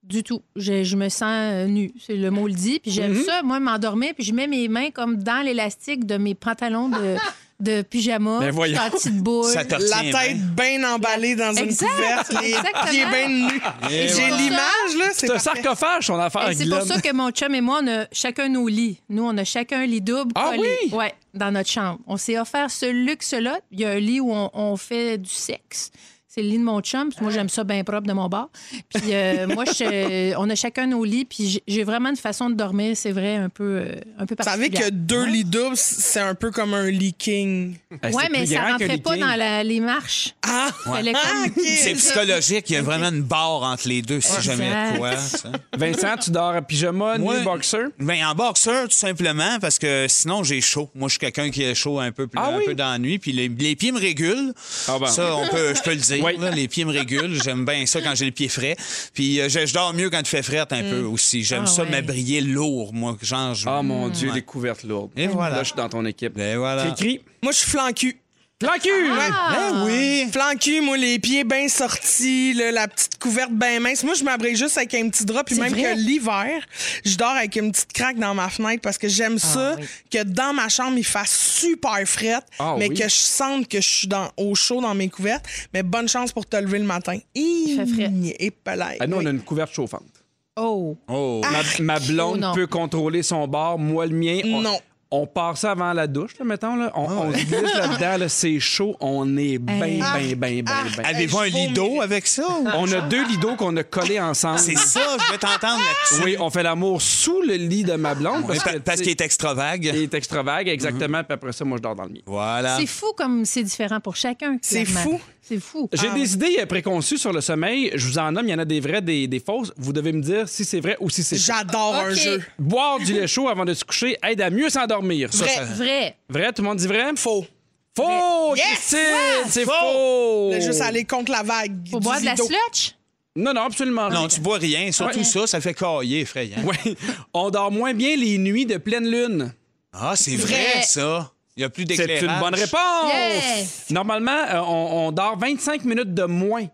Du tout. Je, je me sens nu nue. C'est le mot le dit. Puis
Mhm.
j'aime ça, moi, m'endormir. Puis je mets mes mains comme dans l'élastique de mes pantalons de, de pyjama.
Ben voyons.
En petite boule.
Ça te
La
retient
tête
bien.
bien emballée dans une
Exact,
couverte, les
exactement.
pieds bien nus.
Et
J'ai
voilà.
l'image, là, c'est
C'est un
parfait.
sarcophage, son affaire,
Et c'est pour
Guylaine.
ça que mon chum et moi, on a chacun nos lits. Nous, on a chacun un lit double
Ah
collé.
oui?
Ouais, dans notre chambre. On s'est offert ce luxe-là. Il y a un lit où on, on fait du sexe. C'est le lit de mon chum. Puis moi, j'aime ça bien propre de mon bar. Puis euh, moi, je- on a chacun nos lits. Puis j'ai- j'ai vraiment une façon de dormir, c'est vrai, un peu, euh, un peu
Vous savez
particulière.
que deux lits doubles, c'est un peu comme un leaking.
Eh, c'est
Oui, mais
plus
ça
grand qu'un
rentrait pas
leaking.
dans la- les marches.
Ah!
Fallait
Ah,
comme-
ok.
C'est psychologique. Il y a vraiment une barre entre les deux, si jamais il y a de quoi. ça.
Vincent, tu dors en pyjama, nu,
Moi-
boxer?
Ben, en boxeur, tout simplement, parce que sinon, j'ai chaud. Moi, je suis quelqu'un qui est chaud un peu, plus,
Ah
un
oui?
peu dans la nuit. Puis les, les pieds me régulent.
Ah ben.
Ça, on peut, je peux le dire.
Oui.
là, les pieds me régulent. J'aime bien ça quand j'ai les pieds frais. Puis euh, je, je dors mieux quand il fait fret un peu aussi. J'aime
Ah
ça
ouais.
m'abriller lourd, moi. Genre, je...
Ah,
Mm.
mon Dieu,
Ouais.
les couvertes lourdes.
Et voilà.
Là, je suis dans ton équipe.
Ben voilà.
Tu écris
Moi, je suis flancu.
plan cul!
Ah!
Ben oui.
Flancu, moi, les pieds bien sortis, là, la petite couverte bien mince. Moi, je m'abrille juste avec un petit drap, puis
C'est
même
vrai?
que l'hiver, je dors avec une petite craque dans ma fenêtre parce que j'aime
Ah
ça, que dans ma chambre, il fasse super frette,
Ah
mais
oui.
que je sente que je suis dans, au chaud dans mes couvertes. Mais bonne chance pour te lever le matin. Il
fait frais.
Et palais.
Ah, nous,
Oui.
on a une couverte chauffante.
Oh,
Oh.
Ma, ma
Oh,
blonde
non.
peut contrôler son bar, moi le mien. On,
Non.
On part ça avant la douche, là, mettons. Là.
Ah
On, on se glisse là-dedans, là, c'est chaud. On est bien,
Hey.
bien, bien, bien, bien.
Ben, Avez-vous
Ben,
un
Hey, je
lido
vomis.
avec ça? ou-
On a deux lidos qu'on a collés ensemble.
C'est ça, je vais t'entendre là-dessus.
Oui, on fait l'amour sous le lit de ma blonde parce,
Pa-
que,
Parce Mhm.
tu
qu'il
sais,
est extra vague.
il est extra vague, exactement. Puis après ça, moi, je dors dans le mien.
Voilà.
c'est fou comme c'est différent pour chacun.
Ah. C'est
clairement.
fou.
C'est fou. Ah.
J'ai des idées euh, préconçues sur le sommeil. Je vous en nomme. Il y en a des vraies, des, des fausses. Vous devez me dire si c'est vrai ou si c'est faux.
J'adore un
Ok.
jeu.
Boire du lait chaud avant de se coucher aide à mieux s'endormir. Ça,
Vrai.
ça-
Vrai.
Vrai? Tout le monde dit vrai?
Faux.
Faux!
Yes!
Christine! C'est faux!
Là, juste aller contre la vague.
Faut
du
boire de la
lido.
slotch.
Non, non, absolument
Non,
hein.
rien.
tu bois rien. Surtout
Ouais.
ça, ça fait cailler, effrayant.
Oui. On dort moins bien les nuits de pleine lune.
Ah, c'est vrai,
Vrai.
ça. Il y a plus d'éclairage.
C'est une bonne réponse.
Yes.
Normalement, euh, on, on dort 25 minutes de moins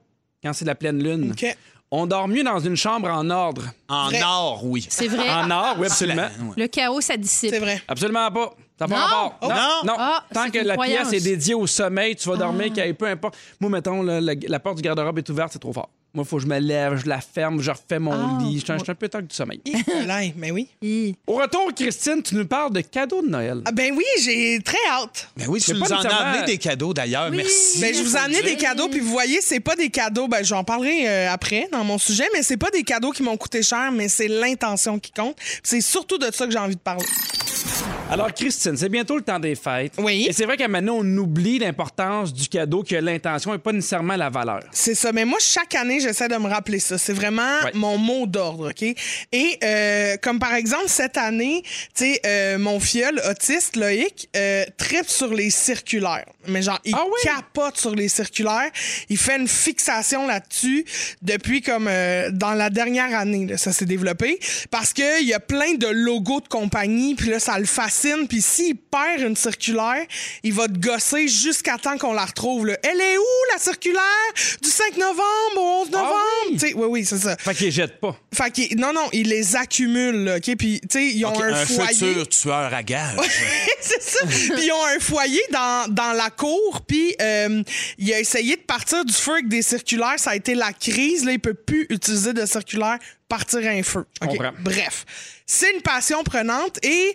quand c'est la pleine lune.
OK.
On dort mieux dans une chambre en ordre.
En
Vrai.
or, oui.
C'est vrai.
En ordre, oui,
C'est la-
absolument.
ouais.
Le chaos, ça dissipe.
C'est vrai.
Absolument pas. Ça n'a pas
Non.
rapport.
Oh. Non.
non.
Ah,
Tant
c'est
que
une
la
croyance. Ah.
pièce est dédiée au sommeil, tu vas dormir, qu'il y ait peu importe. Moi, mettons, là, la, la porte du garde-robe est ouverte, c'est trop fort. Moi, il faut que je me lève, je la ferme, je refais mon
Ah.
lit. Je suis un- je suis un peu tank du sommeil.
Hi, Alain, mais ben oui.
Hi.
Au retour, Christine, tu nous parles de cadeaux de Noël.
Ah, ben oui, j'ai très hâte.
Ben oui, tu
Mais
nous
pas
en as
nécessairement-
amené des cadeaux d'ailleurs. Merci.
Ben, je vous ai amené des cadeaux, puis vous voyez, c'est pas des cadeaux. Ben, j'en parlerai euh, après dans mon sujet, mais c'est pas des cadeaux qui m'ont coûté cher, mais c'est l'intention qui compte. C'est surtout de ça que j'ai envie de parler.
Alors, Christine, c'est bientôt le temps des fêtes.
Oui.
Et c'est vrai qu'à maintenant, on oublie l'importance du cadeau, que l'intention et pas nécessairement la valeur.
C'est ça. Mais moi, chaque année, j'essaie de me rappeler ça. C'est vraiment
Ouais.
mon mot d'ordre, OK? Et euh, comme par exemple, cette année, tu sais, euh, mon filleul autiste, Loïc, euh, tripe sur les circulaires. Mais genre, il
Ah oui?
capote sur les circulaires. Il fait une fixation là-dessus depuis comme euh, dans la dernière année. là, ça s'est développé. Parce qu'il y a plein de logos de compagnie, puis là, ça le fascine. Puis s'il perd une circulaire, il va te gosser jusqu'à temps qu'on la retrouve. là. Elle est où, la circulaire? Du 5 novembre au 11 novembre?
oui?
Tu sais, oui, oui, c'est ça.
Fait qu'ils jettent pas.
Fait qu'il- non, non, il les accumule, là, OK? Puis, tu sais, ils ont
Ok,
un,
un
foyer.
futur tueur à gage.
c'est ça. Puis ils ont un foyer dans, dans la cour. Puis euh, il a essayé de partir du feu avec des circulaires. Ça a été la crise. Là, il peut plus utiliser de circulaire, partir à un feu. OK.
comprends.
Bref, c'est une passion prenante et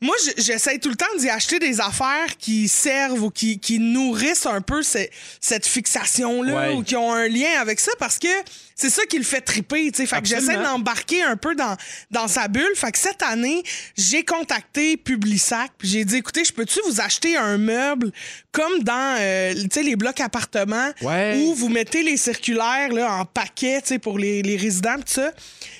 moi, je- j'essaie tout le temps d'y acheter des affaires qui servent ou qui, qui nourrissent un peu ce- cette fixation-là
Ouais.
ou qui ont un lien avec ça parce que c'est ça qui le fait triper. tu sais. Fait que
Absolument.
j'essaie de embarqué un peu dans, dans sa bulle. Fait que cette année, j'ai contacté Publisac. puis J'ai dit, écoutez, je peux-tu vous acheter un meuble comme dans euh, tu sais, les blocs appartements
Ouais.
où vous mettez les circulaires là, en paquet tu sais, pour les, les résidents, pis tout ça.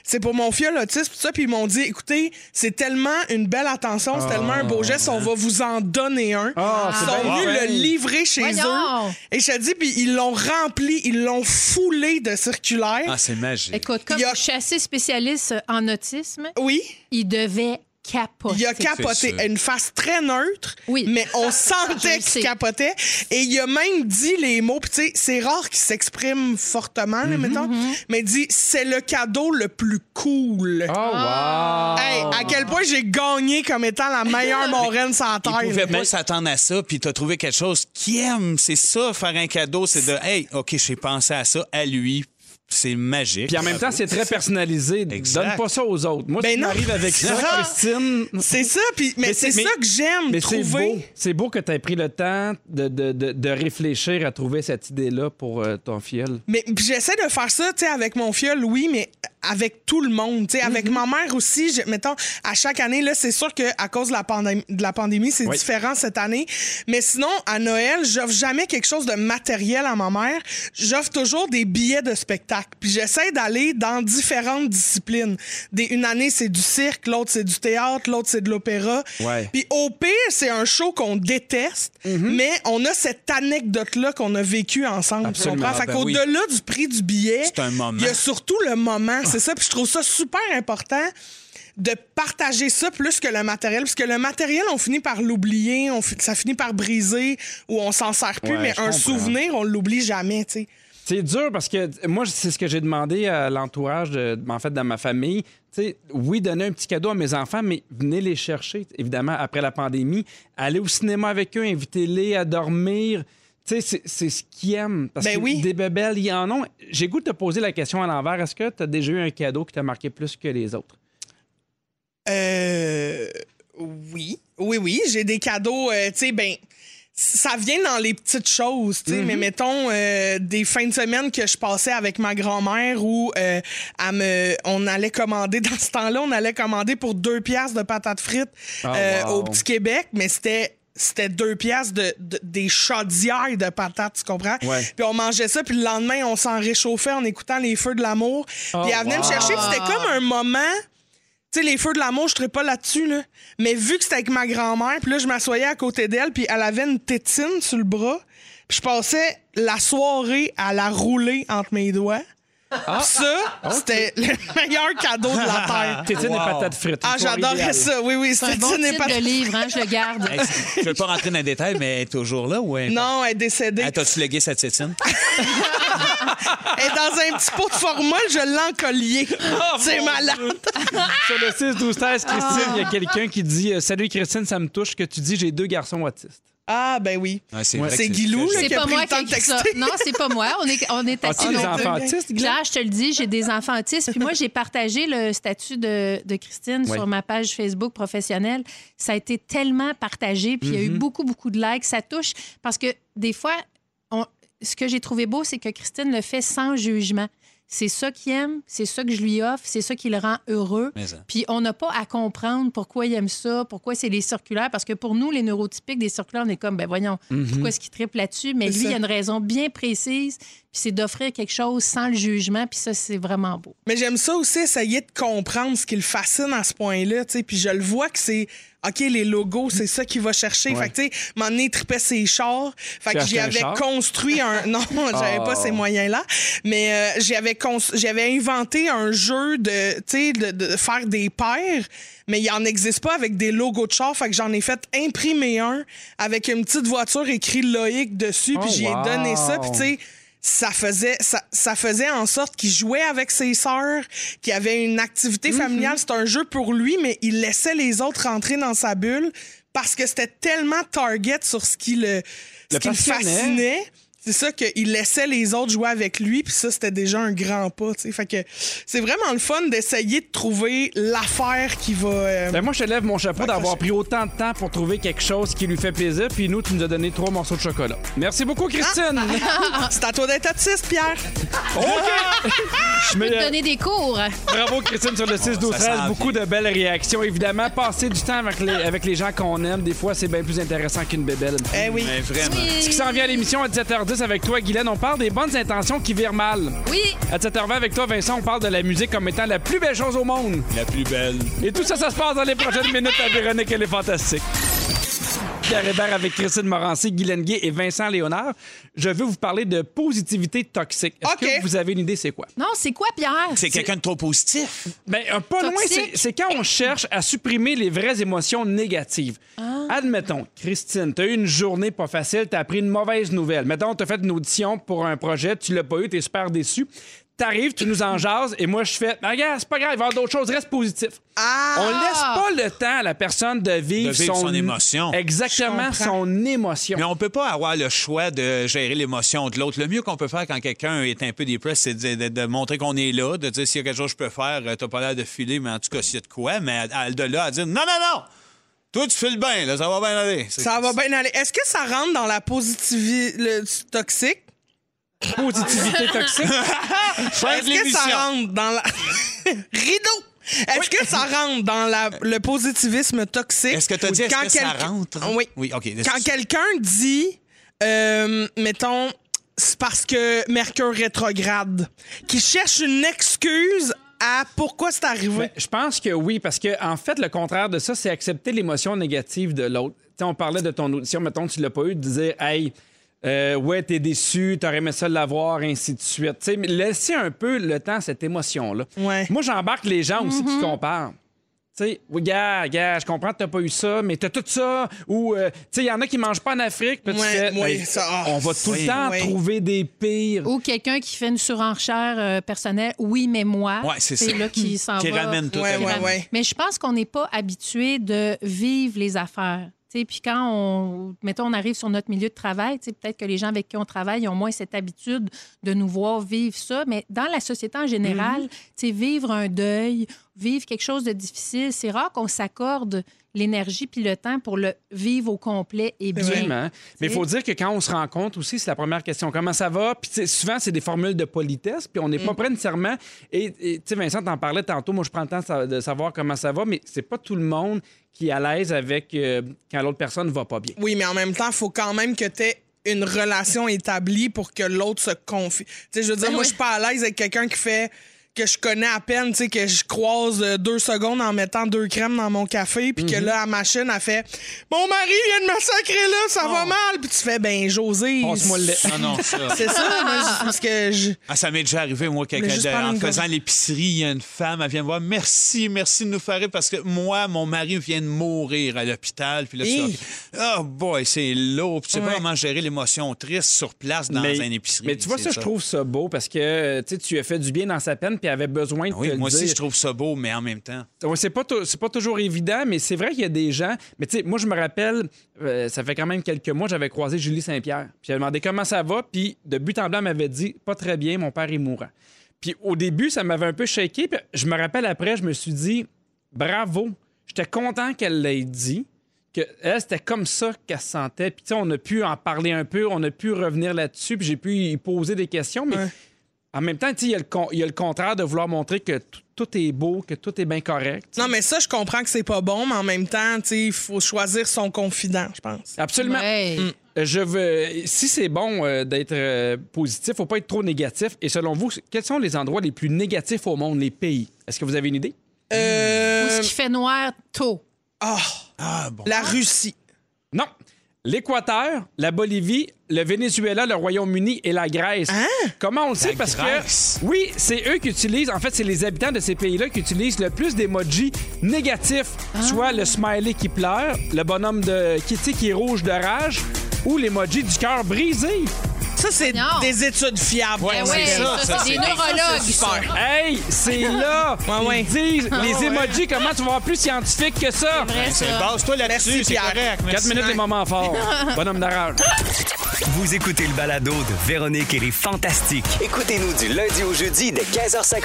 C'est pour mon filleul autiste, pis ça. Puis ils m'ont dit, écoutez, c'est tellement une belle attention, c'est tellement un beau geste, on va vous en donner un.
Ah, c'est
ils sont
bien
venus
fin.
le livrer chez
Voyons.
eux. Et je te dis, puis ils l'ont rempli, ils l'ont foulé de circulaires.
Ah, c'est magique.
Écoute, comme
Il y a-
je suis assez spécialiste euh, en autisme,
oui.
il devait capoter.
Il a capoté
C'est sûr.
une face très neutre,
Oui.
mais on
Je
sentait
le sais.
qu'il capotait. Et il a même dit les mots, puis tu sais, c'est rare qu'il s'exprime fortement, là, mettons, mais il dit c'est le cadeau le plus cool.
Oh,
Ah.
wow!
Hey, à quel point j'ai gagné comme étant la meilleure moraine sans
Il
terre.
pouvait
là.
pas s'attendre à ça, puis t'as trouvé quelque chose qu'il aime. C'est ça, faire un cadeau, c'est de Hey, OK, j'ai pensé à ça, à lui. C'est magique.
Puis en même temps, c'est très personnalisé.
Exact.
Donne pas ça aux autres. Moi,
Ben
si tu
non.
m'arrives avec ça,
Non.
Christine.
C'est ça, puis mais, c'est
mais-
ça que j'aime
Mais c'est beau.
trouver.
C'est beau que tu aies pris le temps de, de- de- de réfléchir à trouver cette idée-là pour euh, ton fiel.
Mais puis j'essaie de faire ça, tu sais, avec mon filleul, oui, mais avec tout le monde, tu sais, avec ma mère aussi, je- mettons, à chaque année, là, c'est sûr que à cause de la pandémie, de la pandémie, c'est
Oui.
différent cette année. Mais sinon, à Noël, j'offre jamais quelque chose de matériel à ma mère. J'offre toujours des billets de spectacle. Puis j'essaie d'aller dans différentes disciplines. Des, une année, c'est du cirque, l'autre, c'est du théâtre, l'autre, c'est de l'opéra.
Ouais.
Puis au pire, c'est un show qu'on déteste, mais on a cette anecdote-là qu'on a vécue ensemble. tu
Absolument.
comprends? Fait
Ah, ben
qu'au-
oui.
au-delà du prix du billet,
C'est un moment.
il y a surtout le moment, c'est ça. Puis je trouve ça super important de partager ça plus que le matériel, parce que le matériel, on finit par l'oublier, on fi- ça finit par briser ou on s'en sert plus,
Ouais,
mais
je
un
comprends.
souvenir, on l'oublie jamais, tu sais.
C'est dur parce que t- moi, c'est ce que j'ai demandé à l'entourage, de, en fait, dans ma famille. Tu sais, oui, donner un petit cadeau à mes enfants, mais venez les chercher, évidemment, après la pandémie. Allez au cinéma avec eux, invitez-les à dormir. Tu sais, c'est- c'est ce qu'ils aiment. Parce
Ben
que
oui.
des bébelles, il y en a. J'ai goût de te poser la question à l'envers. Est-ce que tu as déjà eu un cadeau qui t'a marqué plus que les autres?
Euh, oui, oui, oui, j'ai des cadeaux, euh, tu sais, ben, ça vient dans les petites choses, tu sais,
Mm-hmm.
mais mettons euh, des fins de semaine que je passais avec ma grand-mère où euh, elle me, on allait commander, dans ce temps-là, on allait commander pour deux piastres de patates frites
Ah,
euh,
wow.
au Petit Québec, mais c'était c'était deux piastres de, de- des chaudières de patates, tu comprends?
Ouais.
Puis on mangeait ça, puis le lendemain, on s'en réchauffait en écoutant les feux de l'amour. puis elle venait me
Oh, wow.
chercher, puis c'était comme un moment... Tu sais, les feux de l'amour, je serais pas là-dessus, là. Mais vu que c'était avec ma grand-mère, puis là, je m'assoyais à côté d'elle, puis elle avait une tétine sur le bras. Puis je passais la soirée à la rouler entre mes doigts.
Ah.
Puis ça, c'était le meilleur cadeau de la Terre.
Tétine et patates frites.
Ah,
Une soirée
j'adorais
idéale.
ça. Oui, oui,
C'est un
c'était
bon
une
titre
épa-
de livre, hein, je le garde.
Hey, Je ne veux pas rentrer dans les détails, mais elle est toujours là ou elle est pas-
Non, Ah. elle est décédée.
Hey, T'as-tu légué sa tétine?
Elle est dans un petit pot de formol, je l'ai en collier.
Oh,
C'est malade.
Sur le 6, 12, 13, Christine, il y a quelqu'un qui dit euh, Salut Christine, ça me touche que tu dis j'ai deux garçons autistes.
Ah, ben oui.
Ouais, c'est
Ouais.
vrai que
C'est Guilou, là,
C'est
qui a
pas
pris
moi
le
qui
temps
ai
de
écrit ça.
texter.
Non, c'est pas moi. On est, on est
Ah,
assis
As-tu des
dans-
enfants autistes, Guylaine?
Claire, je te le dis, j'ai des enfants autistes. Puis moi, j'ai partagé le statut de, de Christine
Oui.
sur ma page Facebook professionnelle. Ça a été tellement partagé, puis il y a eu beaucoup, beaucoup de likes. Ça touche parce que des fois, on- ce que j'ai trouvé beau, c'est que Christine le fait sans jugement. C'est ça qu'il aime, c'est ça que je lui offre, c'est ça qui le rend heureux.
Mais ça.
Puis on n'a pas à comprendre pourquoi il aime ça, pourquoi c'est les circulaires, parce que pour nous, les neurotypiques des circulaires, on est comme, ben voyons, pourquoi est-ce qu'il tripe là-dessus? Mais
Mhm. C'est
lui, il y
ça.
a une raison bien précise, puis c'est d'offrir quelque chose sans le jugement, puis ça, c'est vraiment beau.
Mais j'aime ça aussi, essayer de comprendre ce qui le fascine à ce point-là, tu sais. Puis je le vois que c'est, OK, les logos, c'est ça qu'il va chercher. Fait que, tu sais, m'en donné, il tripait ses chars. Fait
Tu
que
as
j'y
acheté un
avais
char? Ah.
construit un... Non, j'avais pas ces moyens-là. Mais euh, j'avais, cons- j'avais inventé un jeu de, tu sais, de, de faire des paires, mais il en existe pas avec des logos de chars. Fait que j'en ai fait imprimer un avec une petite voiture écrit Loïc dessus,
Oh,
puis j'y ai
wow.
donné ça. Puis, tu sais, ça faisait, ça, ça faisait en sorte qu'il jouait avec ses sœurs, qu'il avait une
Mm-hmm.
activité familiale. C'était un jeu pour lui, mais il laissait les autres rentrer dans sa bulle parce que c'était tellement target sur ce qui le, ce
Le
qui le
passionnait.
fascinait. C'est ça qu'il laissait les autres jouer avec lui, puis ça, c'était déjà un grand pas. tu sais. Fait que c'est vraiment le fun d'essayer de trouver l'affaire qui va. euh,
Ben moi, je te lève mon chapeau d'avoir pris autant de temps pour trouver quelque chose qui lui fait plaisir, puis nous, tu nous as donné trois morceaux de chocolat. Merci beaucoup, Christine. Ah.
C'est à toi d'être autiste, Pierre.
OK. Je mets le-
Donner des cours.
Bravo, Christine, sur le 6, 12,
ça sent
13. Beaucoup de belles réactions. Évidemment, passer du temps avec les, avec les gens qu'on aime, des fois, c'est bien plus intéressant qu'une bébelle.
Eh oui.
Mais vraiment.
Ce qui s'en vient à l'émission à 17h10 avec toi, Guylaine, on parle des bonnes intentions qui virent mal.
Oui,
À 7h20 avec toi, Vincent, on parle de la musique comme étant la plus belle chose au monde.
La plus belle.
Et tout ça, ça se passe dans les prochaines minutes à Véronique, elle est fantastique. Pierre Hébert avec Christine Morancy, Guylaine Gay et Vincent Léonard. Je veux vous parler de positivité toxique. Est-ce
OK.
que vous avez une idée, c'est quoi?
non, c'est quoi, Pierre?
C'est quelqu'un de trop positif.
Ben, euh, pas loin,
Toxique.
c'est- c'est quand on cherche à supprimer les vraies émotions négatives.
Ah.
Admettons, Christine, t'as eu une journée pas facile, t'as appris une mauvaise nouvelle. Mettons, t'as fait une audition pour un projet, tu l'as pas eu, t'es super déçu. T'arrives, tu nous en jases, et moi, je fais, Ah, regarde, c'est pas grave, il va y avoir d'autres choses, reste positif.
Ah!
On laisse pas le temps à la personne de vivre,
De vivre son émotion.
Exactement,
Je comprends.
son émotion.
Mais on peut pas avoir le choix de gérer l'émotion de l'autre. Le mieux qu'on peut faire quand quelqu'un est un peu dépressé, c'est de, de- de montrer qu'on est là, de dire s'il y a quelque chose que je peux faire, euh, t'as pas l'air de filer, mais en tout cas, s'il y a de quoi. Mais à- à- de là à dire non, non, non! Toi, tu files bien, là, ça va bien aller. C'est-
Ça va bien aller. Est-ce que ça rentre dans la positivité toxique?
Positivité toxique.
Fin de
Est-ce que
l'émission.
ça rentre dans la. Rideau! Est-ce que ça rentre dans la- le positivisme toxique?
Est-ce que t'as dit, est-ce
Quand
que ça
quelqu'un-
rentre?
Oui.
Oui, OK.
Quand quelqu'un dit, euh, mettons, c'est parce que Mercure rétrograde, qu'il cherche une excuse à pourquoi c'est arrivé.
Ben, je pense que oui, parce que en fait, le contraire de ça, c'est accepter l'émotion négative de l'autre. Tu sais, on parlait de ton audition, mettons, tu l'as pas eu, de dire, hey, euh, ouais, t'es déçu, t'aurais aimé ça l'avoir, ainsi de suite. Tu sais, mais laisser un peu le temps à cette émotion-là.
Ouais. Mm-hmm.
Moi, j'embarque les gens aussi qui comparent. Tu sais, oui, gars, gars, je comprends que t'as pas eu ça, mais t'as tout ça. Ou, euh, tu sais, il y en a qui mangent pas en Afrique. puis tu
Ouais,
fais,
ouais,
Hey,
ça, ah,
on va tout le
oui,
temps
oui.
trouver des pires.
Ou quelqu'un qui fait une surenchère euh, personnelle. Oui, mais moi.
Ouais, c'est ça.
là qui s'en
Qui
va.
ramène tout.
Ouais,
à-
ouais, ouais.
Mais je pense qu'on n'est pas habitué de vivre les affaires. Tu sais, Puis quand on, mettons, on arrive sur notre milieu de travail, tu sais, peut-être que les gens avec qui on travaille ont moins cette habitude de nous voir vivre ça. Mais dans la société en général,
Mhm.
tu sais, vivre un deuil, vivre quelque chose de difficile, c'est rare qu'on s'accorde l'énergie puis le temps pour le vivre au complet et bien.
Absolument. Hein? Mais il faut dire que quand on se rencontre aussi, c'est la première question. Comment ça va? Puis tu sais, souvent, c'est des formules de politesse, puis on n'est pas prêt nécessairement. Et et, tu sais, Vincent, t'en parlais tantôt. Moi, je prends le temps de sa- de savoir comment ça va, mais c'est pas tout le monde qui est à l'aise avec euh, quand l'autre personne va pas bien.
Oui, mais en même temps, il faut quand même que tu aies une relation établie pour que l'autre se confie. Tu sais, je veux dire,
Ben
moi,
oui.
je suis pas à l'aise avec quelqu'un qui fait. que je connais à peine, tu sais, que je croise euh, deux secondes en mettant deux crèmes dans mon café, puis que là, la machine a fait Mon mari vient de me sacrer là, ça va mal. Puis tu fais Ben, José.
Passe-moi le lait.
Ah non, ça.
C'est ça, moi, je- parce que je.
Ah, ça m'est déjà arrivé, moi,
Mais
quelqu'un
juste
de-
prendre
en
une
faisant
gorgée.
l'épicerie, il y a une femme, elle vient me voir. Merci, merci de nous faire rire parce que moi, mon mari vient de mourir à l'hôpital. Puis là, tu
Hi.
fais, oh boy, c'est lourd. Puis tu sais
Ouais.
pas comment gérer l'émotion triste sur place dans une épicerie.
mais tu vois,
C'est
ça, je trouve ça beau parce que euh, tu sais, tu as fait du bien dans sa peine puis elle avait besoin de
Ah Oui,
te le
moi aussi,
dire.
je trouve ça beau, mais en même temps.
Ouais, c'est pas tou- c'est pas toujours évident, mais c'est vrai qu'il y a des gens. Mais tu sais, moi je me rappelle, euh, ça fait quand même quelques mois, j'avais croisé Julie Saint-Pierre. Puis j'avais demandé comment ça va, puis de but en blanc, elle m'avait dit pas très bien, mon père est mourant. Puis au début, ça m'avait un peu shaké. Puis je me rappelle après, je me suis dit bravo. J'étais content qu'elle l'ait dit. Que elle, c'était comme ça qu'elle se sentait. Puis tu sais, on a pu en parler un peu, on a pu revenir là-dessus, puis j'ai pu y poser des questions. Mais
Ouais.
en même temps, tu sais, il y, a le con- il y a le contraire de vouloir montrer que tout- tout est beau, que tout est bien correct.
Non, mais ça, je comprends que c'est pas bon, mais en même temps, tu sais, il faut choisir son confident, je pense.
Absolument.
Ouais.
Je veux. Si c'est bon euh, d'être euh, positif, faut pas être trop négatif. Et selon vous, quels sont les endroits les plus négatifs au monde, les pays Est-ce que vous avez une idée
Ou
Euh.
ce qui fait noir tôt.
Ah,
Ah bon.
la Russie.
Non. L'Équateur, la Bolivie, le Venezuela, le Royaume-Uni et la Grèce.
Hein?
Comment on le sait? Parce
Grèce.
que oui, c'est eux qui utilisent, en fait, c'est les habitants de ces pays-là qui utilisent le plus d'emojis négatifs,
Ah.
soit le smiley qui pleure, le bonhomme de Kitty qui est rouge de rage ou l'emoji du cœur brisé.
Ça, c'est
Seigneur.
des études fiables.
Ouais,
Eh
c'est
ouais,
ça,
ça,
ça,
c'est des
c'est-
neurologues. ça.
Super.
Hey, c'est là!
Ouais, ouais. Ah,
Ils disent les
Ouais, ouais.
emojis, comment tu vas avoir plus scientifique que ça?
Vrai,
C'est
ça.
base-toi là-dessus,
Merci,
c'est
Pierre.
correct.
Quatre
Merci.
minutes, les moments forts. Bonhomme d'horreur.
Vous écoutez le balado de Véronique et les Fantastiques
Écoutez-nous du lundi au jeudi dès 15h55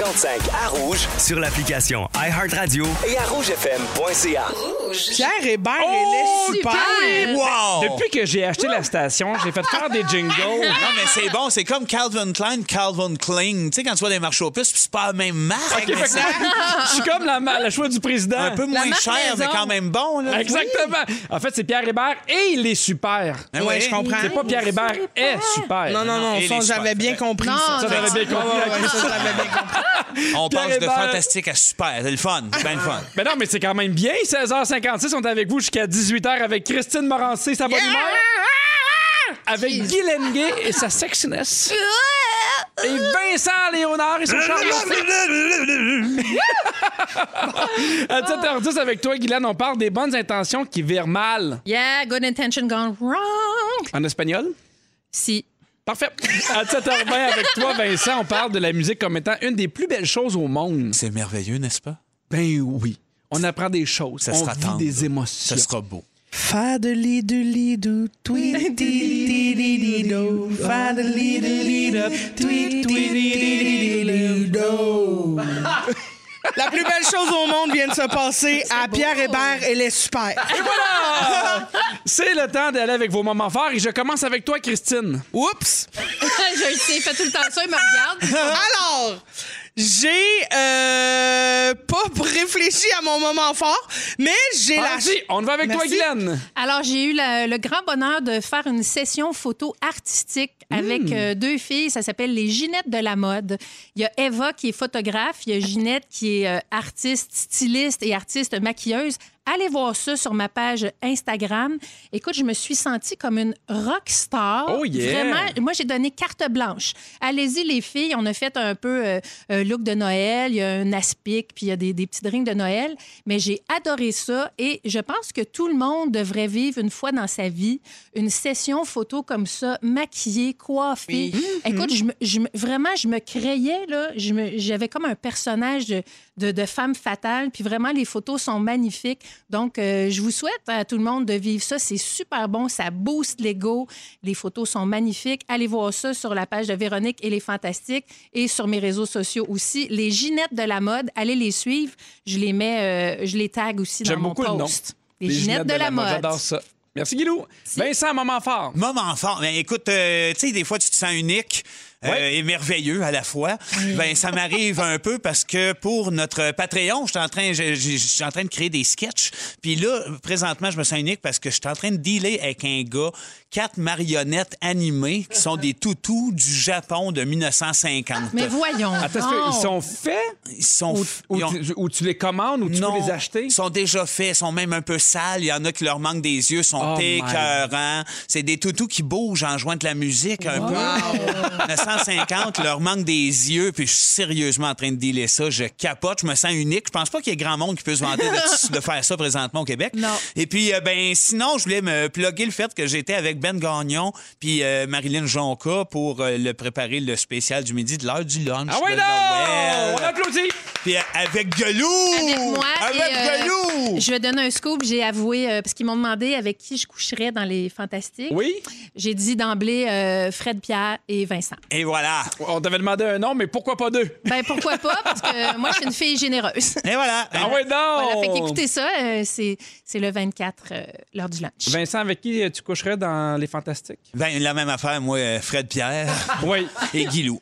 à Rouge
sur l'application iHeartRadio
et à rougefm.ca.
Pierre Hébert,
Oh,
il est super.
super.
Wow!
Oh.
Depuis que j'ai acheté la station, j'ai fait faire des jingles.
Non, mais c'est bon, c'est comme Calvin Klein, Calvin Klein. Tu sais, quand tu vois des marchés aux puces, puis c'est pas la même marque. mais c'est
Je suis comme la, ma- le choix du président.
un peu moins
marque
cher, mais
maison.
quand même bon. Là.
Exactement. En fait, c'est Pierre Hébert et il est super.
Ben
Ouais,
ouais.
je comprends.
C'est pas Pierre Hébert est super.
Non, non, non,
Et
ça,
les
j'avais
super.
bien compris.
Non,
ça.
non,
Ça, j'avais bien compris.
Ouais, ouais, ouais, ça, j'avais bien compris.
On
Pierre
passe de
Hébert.
fantastique à super. C'est le fun. C'est bien le fun.
Mais non, mais c'est quand même bien. 16h56, on est avec vous jusqu'à 18h avec Christine Morancé, sa bonne humeur. Avec Guy Lenguet et sa sexiness. Et Vincent Léonard et son charme. à 7h10 avec toi, Guylaine, on parle des bonnes intentions qui virent mal
Yeah, good intention gone wrong.
en espagnol.
Si.
Parfait. À 7h20 avec toi, Vincent, on parle de la musique comme étant une des plus belles choses au monde.
C'est merveilleux, n'est-ce pas?
Ben oui. On apprend des choses.
Ça
on
sera
vit
tendre.
des émotions.
Ça sera beau.
Fadelidou, tweetididididou, fadelidididou, tweetididididou. La plus belle chose au monde vient de se passer à Pierre Hébert, elle est super.
Voilà! C'est le temps d'aller avec vos moments forts et je commence avec toi, Christine.
Oups!
je le sais, il fait tout le temps ça, il me regarde.
Alors, j'ai euh, pas réfléchi à mon moment fort, mais j'ai la...
Vas-y, on va avec
Merci.
toi, Guylaine.
Alors, j'ai eu la- le grand bonheur de faire une session photo artistique
Hmm.
avec euh, deux filles. Ça s'appelle les Ginettes de la mode. Il y a Eva qui est photographe, il y a Ginette qui est euh, artiste, styliste et artiste maquilleuse. Allez voir ça sur ma page Instagram. Écoute, je me suis sentie comme une rock star.
Oh yeah!
Vraiment, moi, j'ai donné carte blanche. Allez-y, les filles. On a fait un peu euh, un look de Noël. Il y a un aspic, puis il y a des, des petits drinks de Noël. Mais j'ai adoré ça. Et je pense que tout le monde devrait vivre une fois dans sa vie une session photo comme ça, maquillée, coiffée. Écoute, je me- je me- vraiment, je me créais, là. Je me- J'avais comme un personnage de, de, de femme fatale. Puis vraiment, les photos sont magnifiques. Donc, euh, je vous souhaite à tout le monde de vivre ça. C'est super bon. Ça booste l'ego. Les photos sont magnifiques. Allez voir ça sur la page de Véronique et les Fantastiques et sur mes réseaux sociaux aussi. Les Ginettes de la mode, allez les suivre. Je les mets, euh, je les tag aussi dans
J'aime
mon
beaucoup le nom.
post. Les, Ginettes, de, la, mode.
J'adore ça. Merci, Guilou. Vincent, moment fort.
Moment fort. Ben, écoute, euh, tu sais, des fois, tu te sens unique. euh, et merveilleux à la fois, ben ça m'arrive un peu parce que pour notre Patreon, je suis en train, je, je- je suis en train de créer des sketchs. Puis là, présentement, je me sens unique parce que je suis en train de dealer avec un gars, quatre marionnettes animées qui sont des toutous du Japon de 1950.
Mais voyons.
Attends, est-ce
donc.
qu'ils sont faits
Ils sont,
ou, ou
ils ont-
tu, ou tu les commandes ou tu
non,
peux les acheter?
sont déjà faits, sont même un peu sales. Il y en a qui leur manquent des yeux, sont
Oh my.
écœurants. C'est des toutous qui bougent en jouant de la musique un peu. 950 leur manque des yeux, puis je suis sérieusement en train de dealer ça. Je capote, je me sens unique. Je pense pas qu'il y ait grand monde qui peut se vanter de, de faire ça présentement au Québec.
Non.
Et puis, euh, ben, sinon, je voulais me plugger le fait que j'étais avec Ben Gagnon puis euh, Marilyn Jonca pour euh, le préparer le spécial du midi de l'heure du lunch.
Ah oui,
de
non!
Noël.
On applaudit!
Puis euh, avec Gelou!
avec moi.
Avec
et, euh,
Gelou!
je vais donner un scoop. J'ai avoué, euh, parce qu'ils m'ont demandé avec qui je coucherais dans les Fantastiques.
Oui?
J'ai dit d'emblée euh, Fred Pierre et Vincent.
Et voilà!
On t'avait demandé un nom, mais pourquoi pas deux?
Ben pourquoi pas? Parce que moi, je suis une fille généreuse.
Et voilà!
Ah oui,
Voilà, fait
non!
qu'écoutez ça, euh, c'est c'est le 24, euh, l'heure du lunch.
Vincent, avec qui euh, tu coucherais dans Les Fantastiques?
Ben, la même affaire, moi, euh, Fred Pierre
Oui.
et Guilou.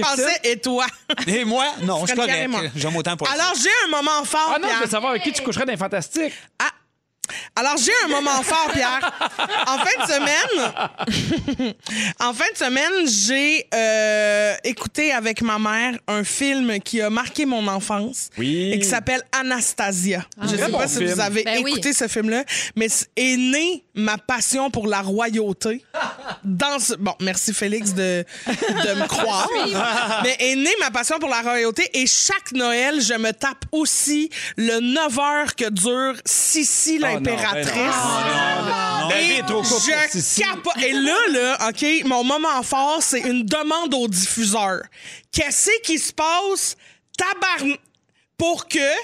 Français et toi.
Et moi? Non, je
Fred Pierre et
connais.
moi.
J'aime autant pour
Alors, j'ai un moment fort,
Ah non, je
Hein?
veux
Pierre.
savoir avec qui tu coucherais dans Les Fantastiques.
Ah. Alors, j'ai un moment fort, Pierre. En fin de semaine, en fin de semaine, j'ai euh, écouté avec ma mère un film qui a marqué mon enfance
Oui.
et qui s'appelle Anastasia. Je ne
Ah. Très
sais
bon
pas si
film.
vous avez
Ben oui.
écouté ce film-là, mais c- est née ma passion pour la royauté dans ce... Bon, merci Félix de, de me croire. mais est née ma passion pour la royauté et chaque Noël, je me tape aussi le 9 heures que dure Sissi
Oh non, ben non.
l'impératrice.
Non,
Et
David, trop court pour
je
Sissi.
capo- Et là, là, OK, mon moment fort, c'est une demande au diffuseur. Qu'est-ce qui se passe, tabarn... Pour que...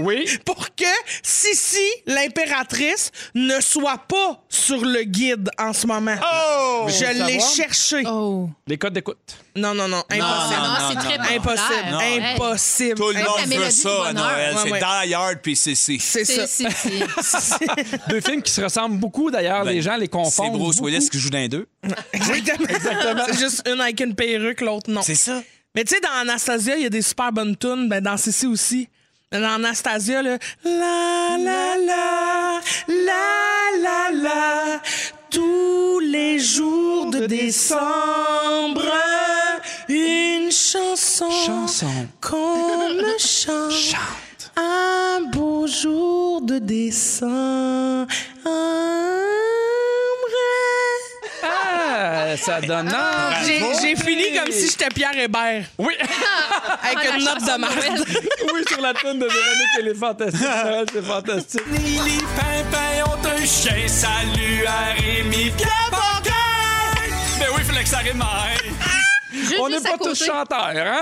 Oui.
Pour que Sissi, l'impératrice, ne soit pas sur le guide en ce moment.
Oh!
Je l'ai
savoir?
cherché.
Oh.
Les codes d'écoute.
Non, non, non,
Ah,
impossible.
non,
non,
c'est
non,
très
non.
populaire.
Impossible,
Non. Hey,
impossible.
Tout le
Impossible.
monde
la
veut
mélodie du
ça à
bonheur.
Noël.
Ouais,
c'est
ouais.
Die Hard puis CC.
C'est ça.
c'est- c'est- c'est-
Deux films qui se ressemblent beaucoup, d'ailleurs. les gens les confondent.
Ben, C'est Bruce
beaucoup.
Willis qui joue dans les deux.
Exactement. C'est juste une avec une perruque, l'autre non.
C'est ça?
Mais tu sais, dans Anastasia, il y a des super bonnes tunes. Ben, dans Sissi aussi. Dans Anastasia, là. La, la, la, la, la, la. Tous les jours de décembre, une chanson.
Chanson.
Qu'on me chante.
Chante.
Un beau jour de décembre.
Ah, ça donne envie.
J'ai j'ai fini comme si j'étais Pierre Hébert.
Oui.
Avec
Ah, la
une note
chanson
de marde.
Noël.
oui, sur la tune de Véronique, elle est fantastique. Noël, c'est fantastique.
Les pimpins ont un chien, salut à Rémi Pierre Ben oui, fallait que ça rime, hein.
Juste,
On n'est
juste à
pas tous
côté.
chanteurs, hein?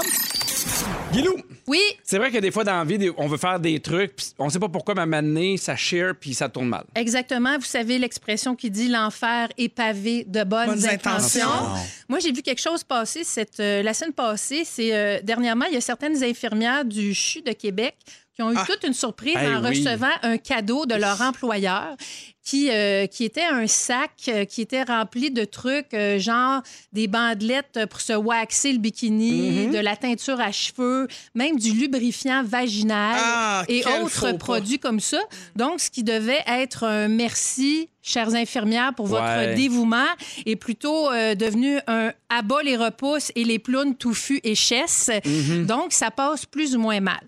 Guilou,
Oui,
c'est vrai que des fois, dans la vie, des- on veut faire des trucs, puis on sait pas pourquoi, mais à un moment donné, ça chire, puis ça tourne mal.
Exactement. Vous savez l'expression qui dit l'enfer est pavé de bonnes,
Bonnes
intentions.
intentions.
Moi, j'ai vu quelque chose passer cette, euh, la semaine passée. C'est euh, dernièrement, il y a certaines infirmières du CHU de Québec qui ont eu
Ah.
toute une surprise
Eh
en
oui.
recevant un cadeau de leur employeur qui, euh, qui était un sac euh, qui était rempli de trucs, euh, genre des bandelettes pour se waxer le bikini, de la teinture à cheveux, même du lubrifiant vaginal
Ah,
et
quel faux
autres
pas.
produits comme ça. Donc, ce qui devait être un merci, chères infirmières, pour votre
Ouais.
dévouement, est plutôt euh, devenu un abat les repousses et les plounes touffues et chesses.
Mhm.
Donc, ça passe plus ou moins mal.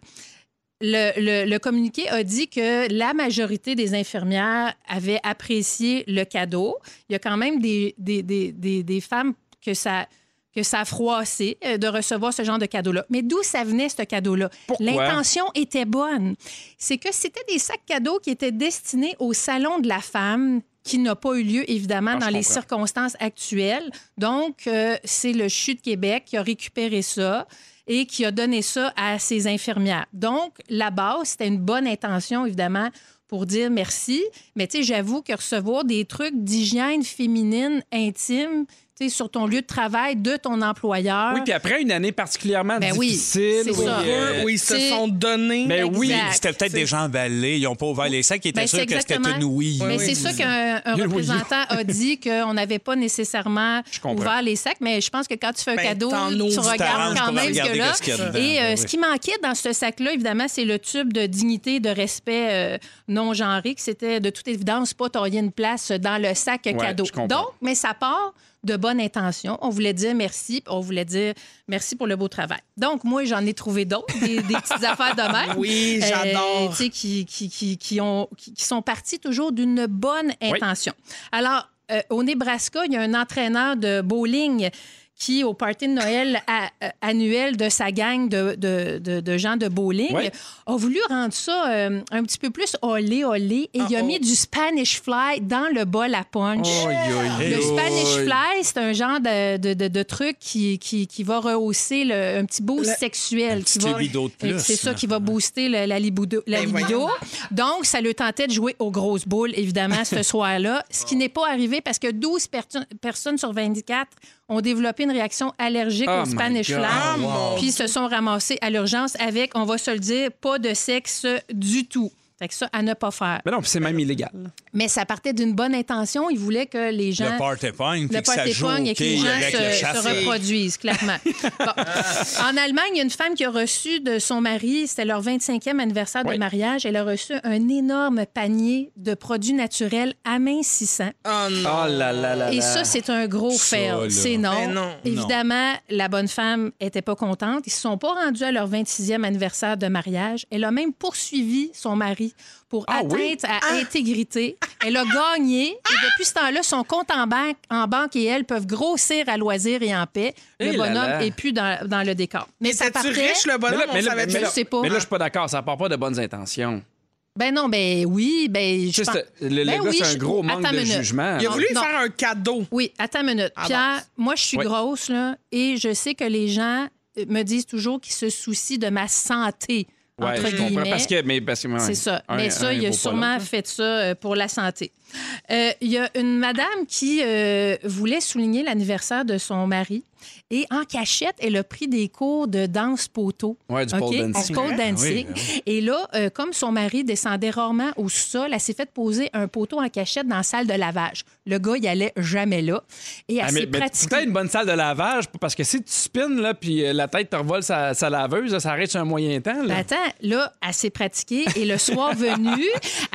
Le, le- le communiqué a dit que la majorité des infirmières avaient apprécié le cadeau. Il y a quand même des, des, des- des- des femmes que ça, que ça a froissé euh, de recevoir ce genre de cadeau-là. Mais d'où ça venait, ce cadeau-là?
Pourquoi?
L'intention était bonne. C'est que c'était des sacs cadeaux qui étaient destinés au salon de la femme qui n'a pas eu lieu, évidemment,
Ah, je
dans les
comprends.
circonstances actuelles. Donc, euh, c'est le CHU de Québec qui a récupéré ça et qui a donné ça à ses infirmières. Donc, la base, c'était une bonne intention, évidemment, pour dire merci. Mais tu sais, j'avoue que recevoir des trucs d'hygiène féminine intime tu sais, sur ton lieu de travail de ton employeur.
Oui, puis après une année particulièrement
Ben oui,
difficile.
c'est ça.
euh,
Eux, où ils se
c'est-
sont donnés.
Ben oui,
Exact.
C'était peut-être des gens emballés, ils n'ont pas ouvert les sacs, ils étaient
Ben,
sûrs
c'est
que c'était
exactement-
une ouïe.
Mais c'est ça qu'un un
Une ouïe.
représentant a dit qu'on n'avait pas nécessairement
comprends.
ouvert les sacs, mais je pense que quand tu fais un
Ben,
cadeau,
t'en
tu
oses,
regardes
t'arranges
quand
pour
même ce
regarder
que là.
qu'est-ce qu'il y a dedans,
Et euh,
ben
ce
oui.
qui manquait dans ce sac-là, évidemment, c'est le tube de dignité, de respect euh, non genré, qui c'était de toute évidence pas t'auriez une place dans le sac cadeau.
je comprends.
Donc, mais ça part de bonne intention. On voulait dire merci, on voulait dire merci pour le beau travail. Donc, moi, j'en ai trouvé d'autres, des, des petites affaires de même. Euh,
Oui, j'adore.
tu sais, qui, qui, qui, qui ont, qui, qui sont partis toujours d'une bonne intention. Alors, euh, au Nebraska, il y a un entraîneur de bowling qui, au party de Noël a- euh, annuel de sa gang de, de, de- de gens de bowling,
Ouais.
a voulu rendre ça euh, un petit peu plus olé, olé, et il a
oh.
mis du Spanish Fly dans le bol à punch.
Oh,
Le Spanish Fly, c'est un genre de, de- de- de truc qui, qui, qui va rehausser le- un petit boost sexuel. qui
petit
va- euh,
libido de plus,
C'est ça
hein.
qui va booster le- la, libido, la
Ben
libido. Donc, ça le tentait de jouer aux grosses boules, évidemment, ce soir-là, ce qui n'est pas arrivé parce que 12 pertu- personnes sur 24 ont développé une réaction allergique
Oh
au
my
Spanish
God.
Fly, puis se sont ramassés à l'urgence avec, on va se le dire, pas de sexe du tout. Fait que ça, à ne pas faire.
Mais non, puis c'est même illégal.
Mais ça partait d'une bonne intention. Il voulait que les gens
Le part épargne,
Hein? le
puis que ça
party
joue
pogne et
au
que les
quai
gens
avec le
se,
chasse.
se reproduisent, clairement. Bon. En Allemagne, il y a une femme qui a reçu de son mari, c'était leur 25e anniversaire
Oui.
de mariage, elle a reçu un énorme panier de produits naturels amincissants.
Oh non.
Oh là là là
Et
là.
ça, c'est un gros
Ça,
fail.
là.
C'est non.
Ben non.
Évidemment, la bonne femme était pas contente. Ils se sont pas rendus à leur 26e anniversaire de mariage. Elle a même poursuivi son mari pour
Ah
atteinte
oui?
à intégrité. Elle a gagné. Et depuis ce temps-là, son compte en banque, en banque et elle peuvent grossir à loisir et en paix.
Eh
Le
là
bonhomme
là.
n'est plus dans, dans le décor. Mais ça
C'était-tu
partait...
riche, le
Mais
bonhomme?
là, mais
on
là-
savait
mais là-
Je sais pas.
mais là, je suis pas d'accord. Ça part pas de bonnes intentions.
Ben non, ben oui, ben... Je
Juste,
pense-
le, le
Ben
gars,
oui,
c'est un
je-
gros manque
Attends
de
une minute.
jugement.
Il a
Non,
voulu lui
non.
faire un cadeau.
Oui, attends une minute.
Ah
Pierre, moi, je suis
Oui.
grosse, là, et je sais que les gens euh, me disent toujours qu'ils se soucient de ma santé,
Ouais,
entre
je comprends.
guillemets.
Parce que, mais parce que, ouais,
C'est ça.
un-
Mais ça,
un
il a
vaut pas l'autre.
sûrement
hein.
fait ça euh, pour la santé. Euh, Il y a une madame qui euh, voulait souligner l'anniversaire de son mari et en cachette, elle a pris des cours de danse poteau.
Ouais, du
OK?
pole dancing.
pole
Ah oui,
dancing.
ah
Et là, euh, comme son mari descendait rarement au sol, elle s'est fait poser un poteau en cachette dans la salle de lavage. Le gars, il allait jamais là. Et elle
Ah, mais,
s'est
mais
pratiquée.
peut-être une bonne salle de lavage, parce que si tu spins, là, puis euh, la tête te revole sa, sa laveuse, là, ça arrête sur un moyen temps.
Ben
Là.
attends, là, elle s'est pratiquée et le soir venu,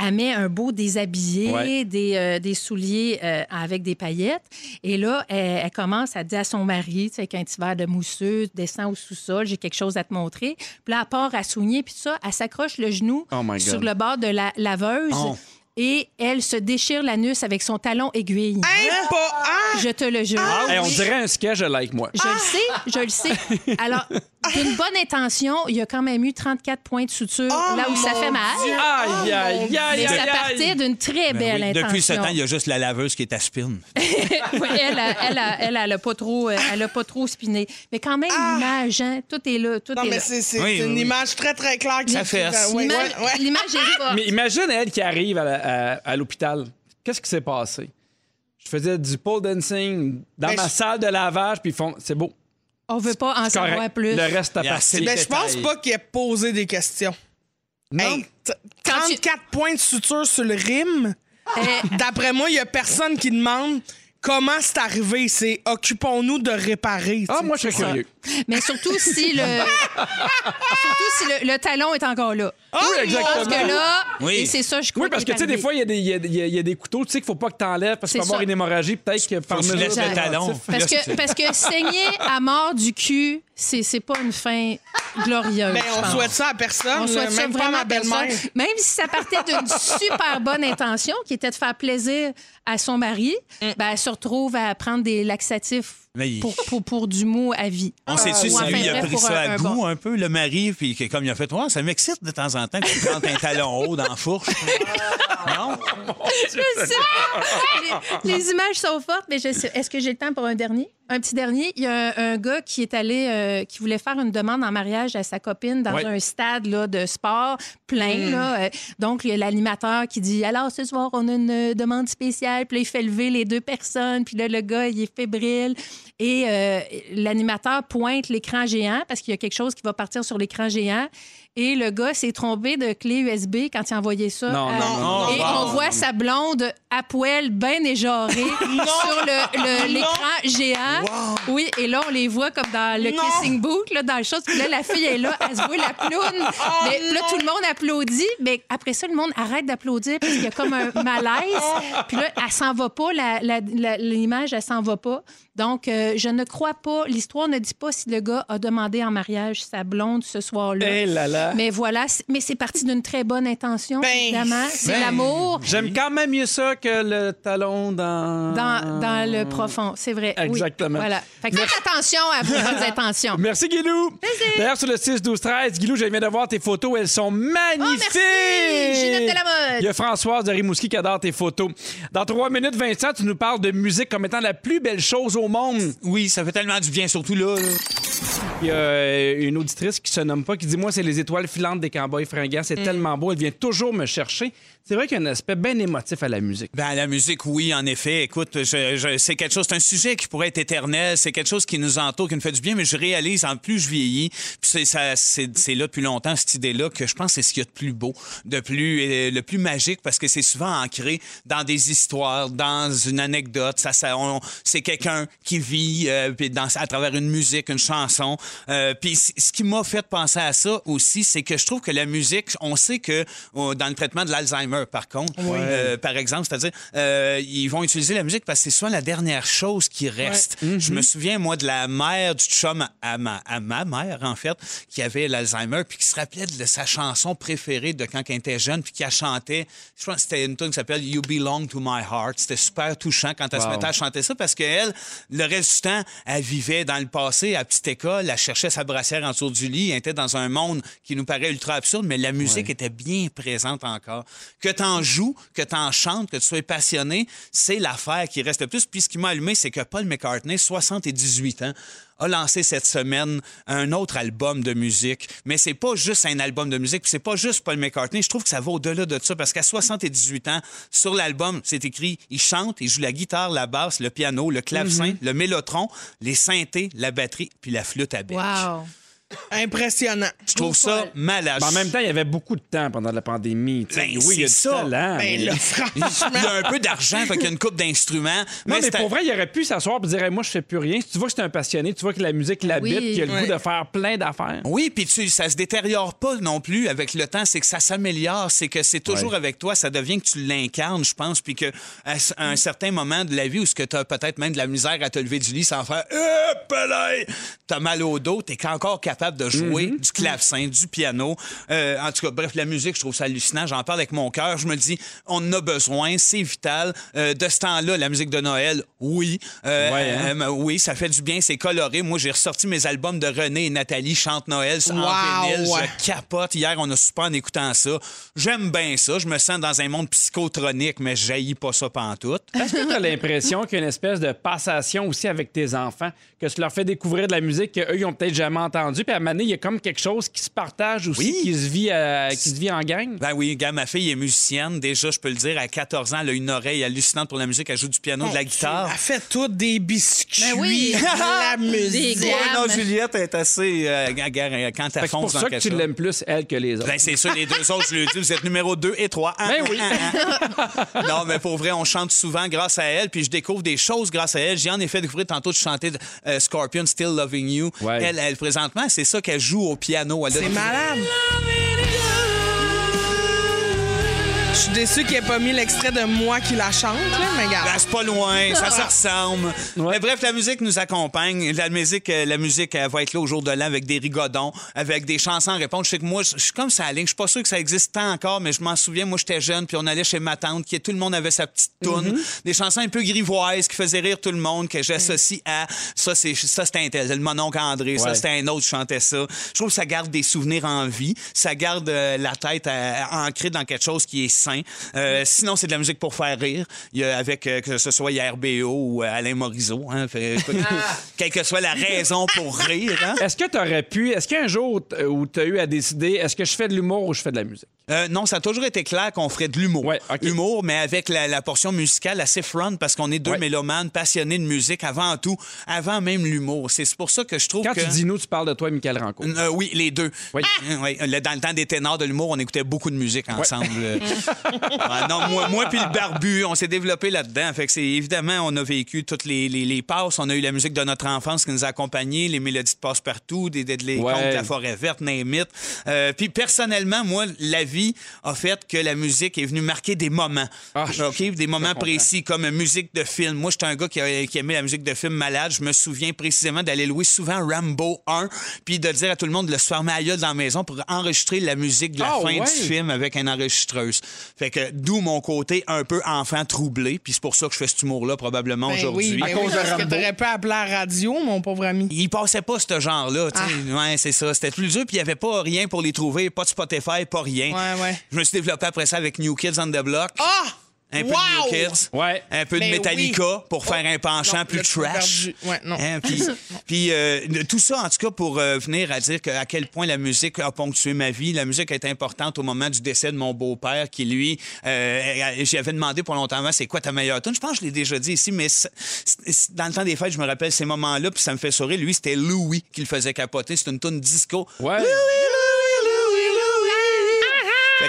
elle met un beau déshabillé,
Ouais.
des, euh, des souliers euh, avec des paillettes. Et là, elle, elle commence à dire à son mari, tu sais, avec un petit verre de mousseux, descends au sous-sol, j'ai quelque chose à te montrer. Puis là, elle part à soigner, puis ça, elle s'accroche le genou
Oh my God.
sur le bord de la laveuse.
Oh.
Et elle se déchire l'anus avec son talon aiguille.
Hein, pas hein?
Je te le jure.
Ah, Hey, on dirait un sketch de like moi.
Je le sais, je le sais.
Ah!
Alors, d'une bonne intention, il y a quand même eu 34 points de suture
Oh,
là où ça
mon
fait mal.
Dieu.
Oh,
Aïe, aïe, aïe, aïe,
Mais ça
aïe.
partait d'une très
Ben
belle
oui,
intention.
Depuis ce temps, il y a juste la laveuse qui est à spin.
Ouais, elle, elle, elle, elle, elle a pas trop, euh, elle a pas trop spiné. Mais quand même,
Ah!
l'image, hein, tout est là, tout
Non,
est là.
mais c'est c'est
Oui,
une
oui.
image très, très claire. qui-
Ça fesse.
Ouais,
L'image
ouais, ouais.
l'image est forte.
Mais imagine elle qui arrive à, la- à- à l'hôpital. Qu'est-ce qui s'est passé? Je faisais du pole dancing dans
Ben,
ma
je-
salle de lavage, puis ils font c'est beau.
On veut pas en
Correct.
savoir plus.
Le reste à
Yeah,
partir.
c'est-
Mais Ben, je pense
Détail.
pas qu'il ait posé des questions.
Non?
Hey, t-
Quand tu-
34 points de suture sur le rime.
Eh,
D'après moi, il y a personne qui demande comment c'est arrivé. C'est occupons-nous de réparer.
Ah,
tu sais.
moi, je serais curieux.
mais surtout si le, surtout si le, le talon est encore là.
Ah,
oui,
Parce que là,
Oui.
et c'est ça, je crois.
Oh, Oui, parce que
qu'il est
tu sais, des
arrivé.
fois, il y, a des- il y a- il y a- il y a des couteaux, tu sais, qu'il faut pas que t'enlèves parce qu'il
C'est
peut avoir
ça.
une hémorragie, peut-être que par
Faut que tu
mesure
laisses
Exact.
le talon.
Parce
Là,
que,
c'est-
parce que saigner à mort du cul, c'est c'est pas une fin glorieuse.
Ben,
je
on
pense.
souhaite ça à personne.
On
là,
souhaite ça
même pas
vraiment
à ma
à personne.
belle-mère.
Même si ça partait d'une super bonne intention, qui était de faire plaisir à son mari,
Mm.
ben, elle se retrouve à prendre des laxatifs
Mais il-
pour, pour, pour du mot à vie.
On sait-tu
Ah, Ou
si
enfin,
lui, il a
bref,
pris
pour
ça
un-
à
un
goût
bon.
un peu, le mari, puis que, comme il a fait, Ouais, ça m'excite de temps en temps que tu plantes un talon haut dans la fourche. non?
Je sais. les, les images sont fortes, mais je sais- est-ce que j'ai le temps pour un dernier? Un petit dernier, il y a un, un gars qui est allé, euh, qui voulait faire une demande en mariage à sa copine dans
Ouais.
un stade là, de sport plein.
Hmm.
Là, Euh, donc, il y a l'animateur qui dit Alors, ce soir, on a une euh, demande spéciale. Puis là, il fait lever les deux personnes. Puis là, le gars, il est fébrile. Et euh, l'animateur pointe l'écran géant parce qu'il y a quelque chose qui va partir sur l'écran géant. Et le gars s'est trompé de clé USB quand il a envoyé ça.
Non,
à-
non,
non,
Et
non,
on
non.
voit sa blonde à poil bien éjarée sur le- le- l'écran géant. Oui, et là, on les voit comme dans le
Non.
Kissing Booth, là, dans le chose. Puis là, la fille est là, elle se voit la ploune. mais là, tout le monde applaudit. Mais après ça, le monde arrête d'applaudir parce qu'il y a comme un malaise. Puis là, elle s'en va pas, la- la- la- l'image, elle s'en va pas. Donc, euh, je ne crois pas, l'histoire ne dit pas si le gars a demandé en mariage sa blonde ce soir-là.
Eh là là.
Mais voilà, c'est- mais c'est parti d'une très bonne intention,
Ben,
évidemment. C'est
ben.
l'amour
J'aime quand même mieux ça que le talon dans...
dans, dans le profond, c'est vrai. oui.
Exactement.
Voilà. Fait que faites attention à vos intentions.
Merci, Guilou. D'ailleurs, sur le 6, 12, 13, Guilou, je viens de voir tes photos. Elles sont magnifiques.
Oh, merci. Ginette Delamotte.
Il y a Françoise de Rimouski qui adore tes photos. Dans 3 minutes, Vincent, tu nous parles de musique comme étant la plus belle chose au monde.
Oui, ça fait tellement du bien, surtout là. là.
Il y a euh, une auditrice qui se nomme pas, qui dit Moi, c'est les étoiles filantes des cowboys fringants. C'est tellement beau. Elle vient toujours me chercher. C'est vrai qu'il y a un aspect bien émotif à la musique.
Ben, la musique, oui, en effet. Écoute, je- je- c'est quelque chose, c'est un sujet qui pourrait être éternel. C'est quelque chose qui nous entoure, qui nous fait du bien, mais je réalise, en plus je vieillis, puis c'est, ça, c'est, c'est là depuis longtemps, cette idée-là, que je pense que c'est ce qu'il y a de plus beau, de plus, euh, le plus magique, parce que c'est souvent ancré dans des histoires, dans une anecdote. Ça, ça, on- c'est quelqu'un qui vit euh, puis dans, à travers une musique, une chanson. Euh, puis c- ce qui m'a fait penser à ça aussi, c'est que je trouve que la musique, on sait que euh, dans le traitement de l'Alzheimer, par contre, euh, par exemple, c'est-à-dire, euh, ils vont utiliser la musique parce que c'est souvent la dernière chose qui reste. Je me souviens, moi, de la mère du chum à ma, à ma mère, en fait, qui avait l'Alzheimer, puis qui se rappelait de sa chanson préférée de quand elle était jeune, puis qui a chanté, je pense que c'était une tune qui s'appelle You Belong to My Heart. C'était super touchant quand elle se
Wow.
mettait à chanter ça parce qu'elle, le reste du temps, elle vivait dans le passé, à petite école, elle cherchait sa brassière en dessous du lit, elle était dans un monde qui nous paraît ultra absurde, mais la musique était bien présente encore. Que t'en joues, que t'en chantes, que tu sois passionné, c'est l'affaire qui reste le plus. Puis ce qui m'a allumé, c'est que Paul McCartney, 78 ans, a lancé cette semaine un autre album de musique. Mais c'est pas juste un album de musique, puis c'est pas juste Paul McCartney. Je trouve que ça va au-delà de ça parce qu'à 78 ans, sur l'album, c'est écrit il chante, il joue la guitare, la basse, le piano, le clavecin, le mélotron, les synthés, la batterie, puis la flûte à bec.
Wow.
Impressionnant.
Je trouve ça malade.
Mais en Ben, même temps, il y avait beaucoup de temps pendant la pandémie. tu sais.
Ben,
oui, il y a du
c'est ça.
talent. mais-
Ben là, franchement.
il y a un peu d'argent, fait qu'il y a une coupe d'instruments.
Non, mais
c'est
pour vrai, il aurait pu s'asseoir et dire Hey, Moi, je fais plus rien. Si tu vois que c'est un passionné, tu vois que la musique l'habite,
Oui.
qu'il a le
Ouais.
goût de faire plein d'affaires.
Oui, puis tu, ça se détériore pas non plus avec le temps, c'est que ça s'améliore, c'est que c'est toujours
Ouais.
avec toi, ça devient que tu l'incarnes, je pense, puis que à s-
Mm.
à un certain moment de la vie où ce que tu as peut-être même de la misère à te lever du lit sans faire tu t'as mal au dos, t'es encore capable de jouer
Mm-hmm.
du clavecin, du piano. Euh, en tout cas, bref, la musique, je trouve ça hallucinant, j'en parle avec mon cœur, je me dis on en a besoin, c'est vital. Euh, de ce temps-là, la musique de Noël, oui, Euh,
Ouais, hein?
euh, ben oui, ça fait du bien, c'est coloré. Moi, j'ai ressorti mes albums de René et Nathalie Chante Noël en
Wow,
vinyle.
ouais.
Je capote. Hier, on a soupé en écoutant ça. J'aime bien ça. Je me sens dans un monde psychotronique, mais je jaillis pas ça pantoute.
Est-ce que tu as l'impression qu'il y a une espèce de passation aussi avec tes enfants, que tu leur fais découvrir de la musique qu'eux, ils ont peut-être jamais entendue, puis à un moment donné, il y a comme quelque chose qui se partage aussi,
Oui.
qui, se vit, euh, qui se vit en gang?
Ben oui, gars, ma fille est musicienne. Déjà, je peux le dire, à 14 ans, elle a une oreille hallucinante pour la musique. Elle joue du piano, de
Ben,
la guitare.
Elle fait tout des biscuits,
Ben oui.
de la
Des
musique.
gars.
Ouais, non, Juliette est assez... euh, gare- euh, quand
Fait
elle
que c'est pour
fonce dans
ça que
quelque
tu
chose.
l'aimes plus, elle, que les autres.
Ben, c'est sûr, les deux autres, je le dis, vous êtes numéro 2 et 3.
Ben oui.
non, mais pour vrai, on chante souvent grâce à elle, puis je découvre des choses grâce à elle. J'ai en effet découvert tantôt de chanter euh, Scorpion, Still Loving You.
Ouais.
Elle, elle, présentement, c'est ça qu'elle joue au piano. Elle a-
C'est malade. Je suis déçue qu'il ait pas mis l'extrait de moi qui la chante, là, mais
Ben,
regarde.
c'est pas loin, ça se ressemble.
Ouais.
Mais bref, la musique nous accompagne. La musique, euh, la musique elle va être là au jour de l'an avec des rigodons, avec des chansons en réponse. Je sais que moi, je je suis comme ça à la ligne. Je suis pas sûr que ça existe tant encore, mais je m'en souviens, moi, j'étais jeune, puis on allait chez ma tante, qui tout le monde avait sa petite toune.
Mhm.
Des chansons un peu grivoises qui faisaient rire tout le monde, que j'associe à ça, c'est ça, c'était un tel. Mon oncle André, ça,
Ouais.
c'était un autre, qui chantait ça. Je trouve que ça garde des souvenirs en vie. Ça garde euh, la tête euh, ancrée dans quelque chose qui est sain fin. Euh, sinon, c'est de la musique pour faire rire, Il y a- avec euh, que ce soit IRBO ou euh, Alain Morisot. hein. Fait- écoute, quelle que soit la raison pour rire. hein.
Est-ce que t'aurais pu, est-ce qu'il y a un jour t- euh, où t'as eu à décider, est-ce que je fais de l'humour ou je fais de la musique?
Euh, non, ça a toujours été clair qu'on ferait de l'humour.
Ouais, ok.
Humour, mais avec la, la portion musicale assez front, parce qu'on est deux
Ouais.
mélomanes passionnés de musique avant tout, avant même l'humour. C'est c'est pour ça que je trouve
Quand
que...
tu dis nous, tu parles de toi, et Michael Rancourt.
Euh, oui, les deux.
Oui.
Ah! Oui, le- Dans le temps des ténors de l'humour, on écoutait beaucoup de musique ensemble. Euh, ah, non, moi, moi puis le barbu, on s'est développé là-dedans. Fait que c'est évidemment, on a vécu toutes les, les, les passes. On a eu la musique de notre enfance qui nous a accompagnés, les mélodies de passe partout, des, des, des
Ouais.
contes de la forêt verte, name it. Euh, puis personnellement, moi, la vie a fait que la musique est venue marquer des moments.
Ah, je-
OK? Des moments précis, comme musique de film. Moi, j'étais un gars qui, a- qui aimait la musique de film malade. Je me souviens précisément d'aller louer souvent Rambo 1, puis de dire à tout le monde de se fermer à gueule dans la maison pour enregistrer la musique de la
Ah,
fin
ouais.
du film avec un enregistreuse. Fait que d'où mon côté un peu enfant troublé, puis c'est pour ça que je fais cet humour-là probablement
Ben
aujourd'hui.
oui, ben
À
oui,
cause de
parce que
Rambo.
t'aurais pu appeler à la radio, mon pauvre ami.
Il passait pas ce genre-là. tu
Ah.
sais. Ouais, c'est ça. C'était plus dur, puis il n'y avait pas rien pour les trouver, pas de Spotify, pas rien.
Ouais, ouais.
Je me suis développé après ça avec New Kids on the Block.
Ah!
Un peu
wow!
de New Kids.
Ouais.
Un peu de
Mais
Metallica
oui.
pour faire
Oh,
un penchant
non,
plus
là, tu m'as
trash.
perdu. Ouais, non.
Hein, puis puis, euh, le- tout ça, en tout cas, pour euh, venir à dire que- à quel point la musique a ponctué ma vie. La musique est importante au moment du décès de mon beau-père qui, lui, euh, j'avais demandé pour longtemps avant, c'est quoi ta meilleure tune? Je pense que je l'ai déjà dit ici, mais c'est- c'est- dans le temps des fêtes, je me rappelle ces moments-là, puis ça me fait sourire. Lui, c'était Louis qui le faisait capoter. C'est une tune disco.
Ouais.
Louis, Louis, Louis, Louis.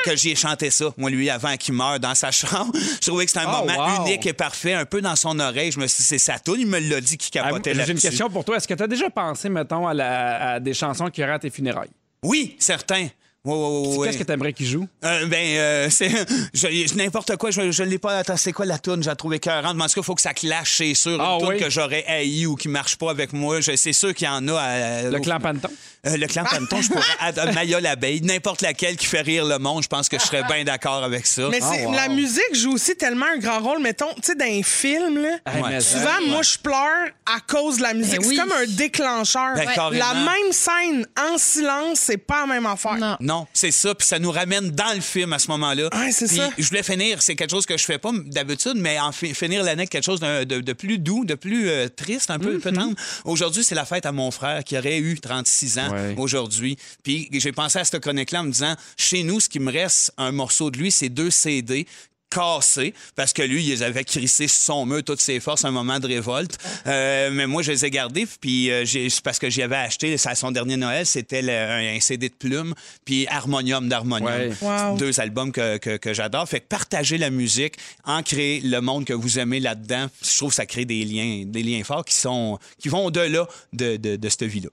Fait que j'ai chanté ça, moi, lui, avant qu'il meure dans sa chambre. Je trouvais que c'était un
Oh,
moment
wow.
unique et parfait, un peu dans son oreille. Je me suis dit, c'est sa toune. Il me l'a dit qui
Ah,
capotait
J'ai une
là-dessus.
question pour toi. Est-ce que tu as déjà pensé, mettons, à, la- à des chansons qui auraient à tes funérailles?
Oui, certain. Oui, oui, oui, oui.
Qu'est-ce que tu aimerais qu'ils jouent?
Euh, ben, euh, c'est je- je- n'importe quoi. Je ne l'ai pas. Attends, c'est quoi la toune? J'ai trouvé cohérente. Mais en tout cas, il faut que ça clash, c'est sûr.
Ah,
une toune
oui.
que j'aurais haï ou qui marche pas avec moi. Je- C'est sûr qu'il y en a. à-
Le
au-
clan Panton?
Euh, le clan Panton, je pourrais. ad- Maya l'abeille, n'importe laquelle qui fait rire le monde, je pense que je serais bien d'accord avec ça.
Mais c'est-
wow.
la musique joue aussi tellement un grand rôle. Mettons, tu sais, dans les films, là,
Hey, mais-
souvent, moi, je pleure à cause de la musique.
Ben
c'est
oui.
comme un déclencheur.
Ben, carrément.
La même scène en silence, c'est pas la même affaire.
Non.
Non, c'est ça. Puis ça nous ramène dans le film à ce moment-là.
Ouais, Ah, c'est
Puis
ça.
Je voulais finir, c'est quelque chose que je fais pas d'habitude, mais en fi- finir l'année avec quelque chose d'un- de, de plus doux, de plus euh, triste, un peu peut-être. Aujourd'hui, c'est la fête à mon frère qui aurait eu 36 ans
Ouais.
aujourd'hui. Puis j'ai pensé à cette chronique-là en me disant, chez nous, ce qui me reste un morceau de lui, c'est deux CD cassés, parce que lui, il les avait crissés sur son mur toutes ses forces à un moment de révolte. Euh, mais moi, je les ai gardés, puis euh, j'ai- c'est parce que j'y avais acheté, c'est à son dernier Noël, c'était le- un, un CD de plumes, puis Harmonium d'Harmonium.
Ouais.
Wow.
Deux albums que, que- que j'adore. Fait que partager la musique, en créer le monde que vous aimez là-dedans, je trouve que ça crée des liens, des liens forts qui, sont, qui vont au-delà de, de, de cette vie-là.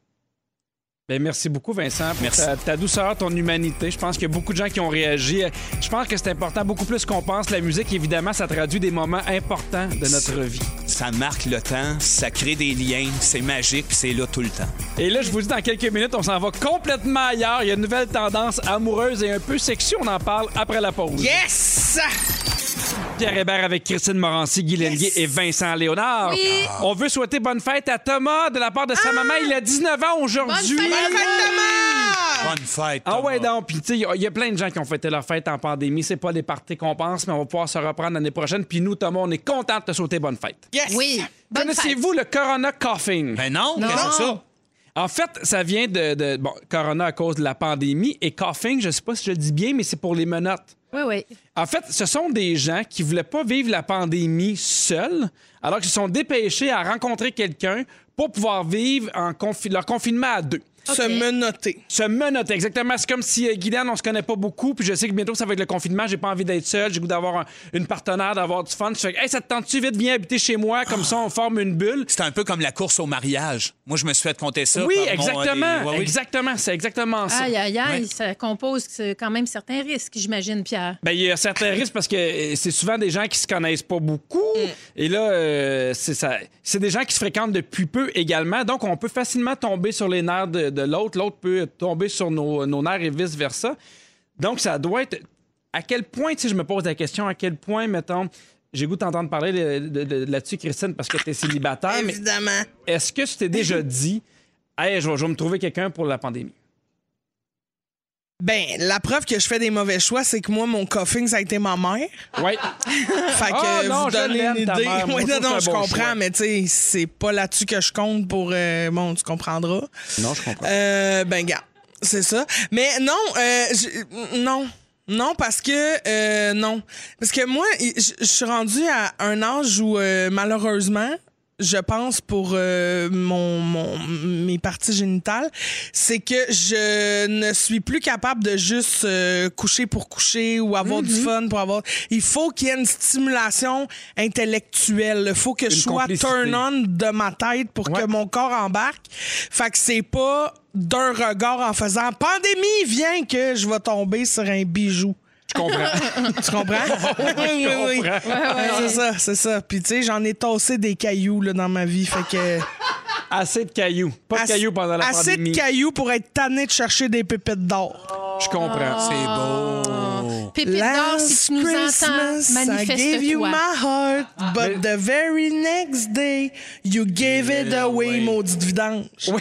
Ben, merci beaucoup, Vincent, pour
Merci.
ta, ta douceur, ton humanité. Je pense qu'il y a beaucoup de gens qui ont réagi. Je pense que c'est important, beaucoup plus qu'on pense. La musique, évidemment, ça traduit des moments importants de notre vie.
Ça marque le temps, ça crée des liens, c'est magique, puis c'est là tout le temps.
Et là, je vous dis, dans quelques minutes, on s'en va complètement ailleurs. Il y a une nouvelle tendance amoureuse et un peu sexy. On en parle après la pause.
Yes!
Pierre Hébert avec Christine Morancy, Guy Lenguier et Vincent Léonard. On veut souhaiter bonne fête à Thomas de la part de sa maman. Il a 19 ans aujourd'hui.
Bonne fête,
Bonne fête, Thomas!
Bonne fête.
Ah ouais,
Thomas.
donc, puis tu sais, il y a- il y a plein de gens qui ont fêté leur fête en pandémie. C'est pas des parties qu'on pense, mais on va pouvoir se reprendre l'année prochaine. Puis nous, Thomas, on est content de te souhaiter bonne fête.
Yes!
Oui. Bonne fête.
Connaissez-vous le Corona Coughing?
Ben non,
Non.
qu'est-ce que c'est ça?
En fait, ça vient de, de- bon, Corona à cause de la pandémie et Coughing, je sais pas si je le dis bien, mais c'est pour les menottes.
Oui, oui.
En fait, ce sont des gens qui voulaient pas vivre la pandémie seuls, alors qu'ils se sont dépêchés à rencontrer quelqu'un pour pouvoir vivre en confi- leur confinement à deux.
Se
Ok.
menoter.
Se menoter, exactement. C'est comme si, euh, Guylaine, on se connaît pas beaucoup, puis je sais que bientôt, ça va être le confinement, j'ai pas envie d'être seul, j'ai goût d'avoir un- une partenaire, d'avoir du fun. Je fais, hey, ça te tente-tu vite, viens habiter chez moi, comme ça, on forme une bulle.
C'est un peu comme la course au mariage. Moi, je me suis fait compter ça.
Oui,
par mon- euh,
exactement.
Ah. des- ouais, oui.
Exactement, c'est exactement ça.
Aïe, aïe, aïe,
Ouais.
ça compose c'est quand même certains risques, j'imagine, Pierre.
Ben, il y a certains risques parce que euh, c'est souvent des gens qui se connaissent pas beaucoup.
Mm.
Et là, euh, c'est ça. C'est des gens qui se fréquentent depuis peu également. Donc, on peut facilement tomber sur les nerfs de, de l'autre. L'autre peut tomber sur nos, nos nerfs et vice-versa. Donc, ça doit être. À quel point, tu sais, je me pose la question, à quel point, mettons, j'ai goût d'entendre parler de- de- de- là-dessus, Christine, parce que tu es
Ah,
célibataire, mais
Évidemment.
est-ce que tu t'es déjà dit, hey, je vais, je vais me trouver quelqu'un pour la pandémie?
Ben, la preuve que je fais des mauvais choix, c'est que moi, mon coughing, ça a été ma mère.
Ouais.
Fait
Ah,
que
non,
vous
je
donnez
l'aime,
une
ta
idée.
mère. Moi,
Ouais,
je
non,
trouve
non,
que c'est
je
un bon
comprends,
choix.
mais tu sais, c'est pas là-dessus que je compte pour. euh, bon, tu comprendras.
Non, je comprends.
Euh, ben, gars, c'est ça. Mais non, euh, je- non. Non, parce que euh, non. Parce que moi, je je suis rendue à un âge où euh, malheureusement, je pense pour euh, mon, mon mes parties génitales, c'est que je ne suis plus capable de juste euh, coucher pour coucher ou avoir du fun pour avoir. Il faut qu'il y ait une stimulation intellectuelle. Il faut que je sois
complicité.
turn on de ma tête pour
Ouais.
que mon corps embarque. Fait que c'est pas d'un regard en faisant pandémie vient que je vais tomber sur un bijou.
Je comprends.
Tu comprends? oui, oui, oui. Ouais, C'est ça, c'est ça. Puis tu sais, j'en ai tossé des cailloux là, dans ma vie. Fait que.
Assez de cailloux. Pas de
Ass-
cailloux pendant la
Assez
pandémie.
de cailloux pour être tanné de chercher des pépites d'or.
Je comprends.
C'est beau.
Pépite d'or, si tu nous entends,
Oh. I gave you
manifeste-toi.
my heart,
Ah.
but the very next day, you gave it away, maudite vidange.
Oui.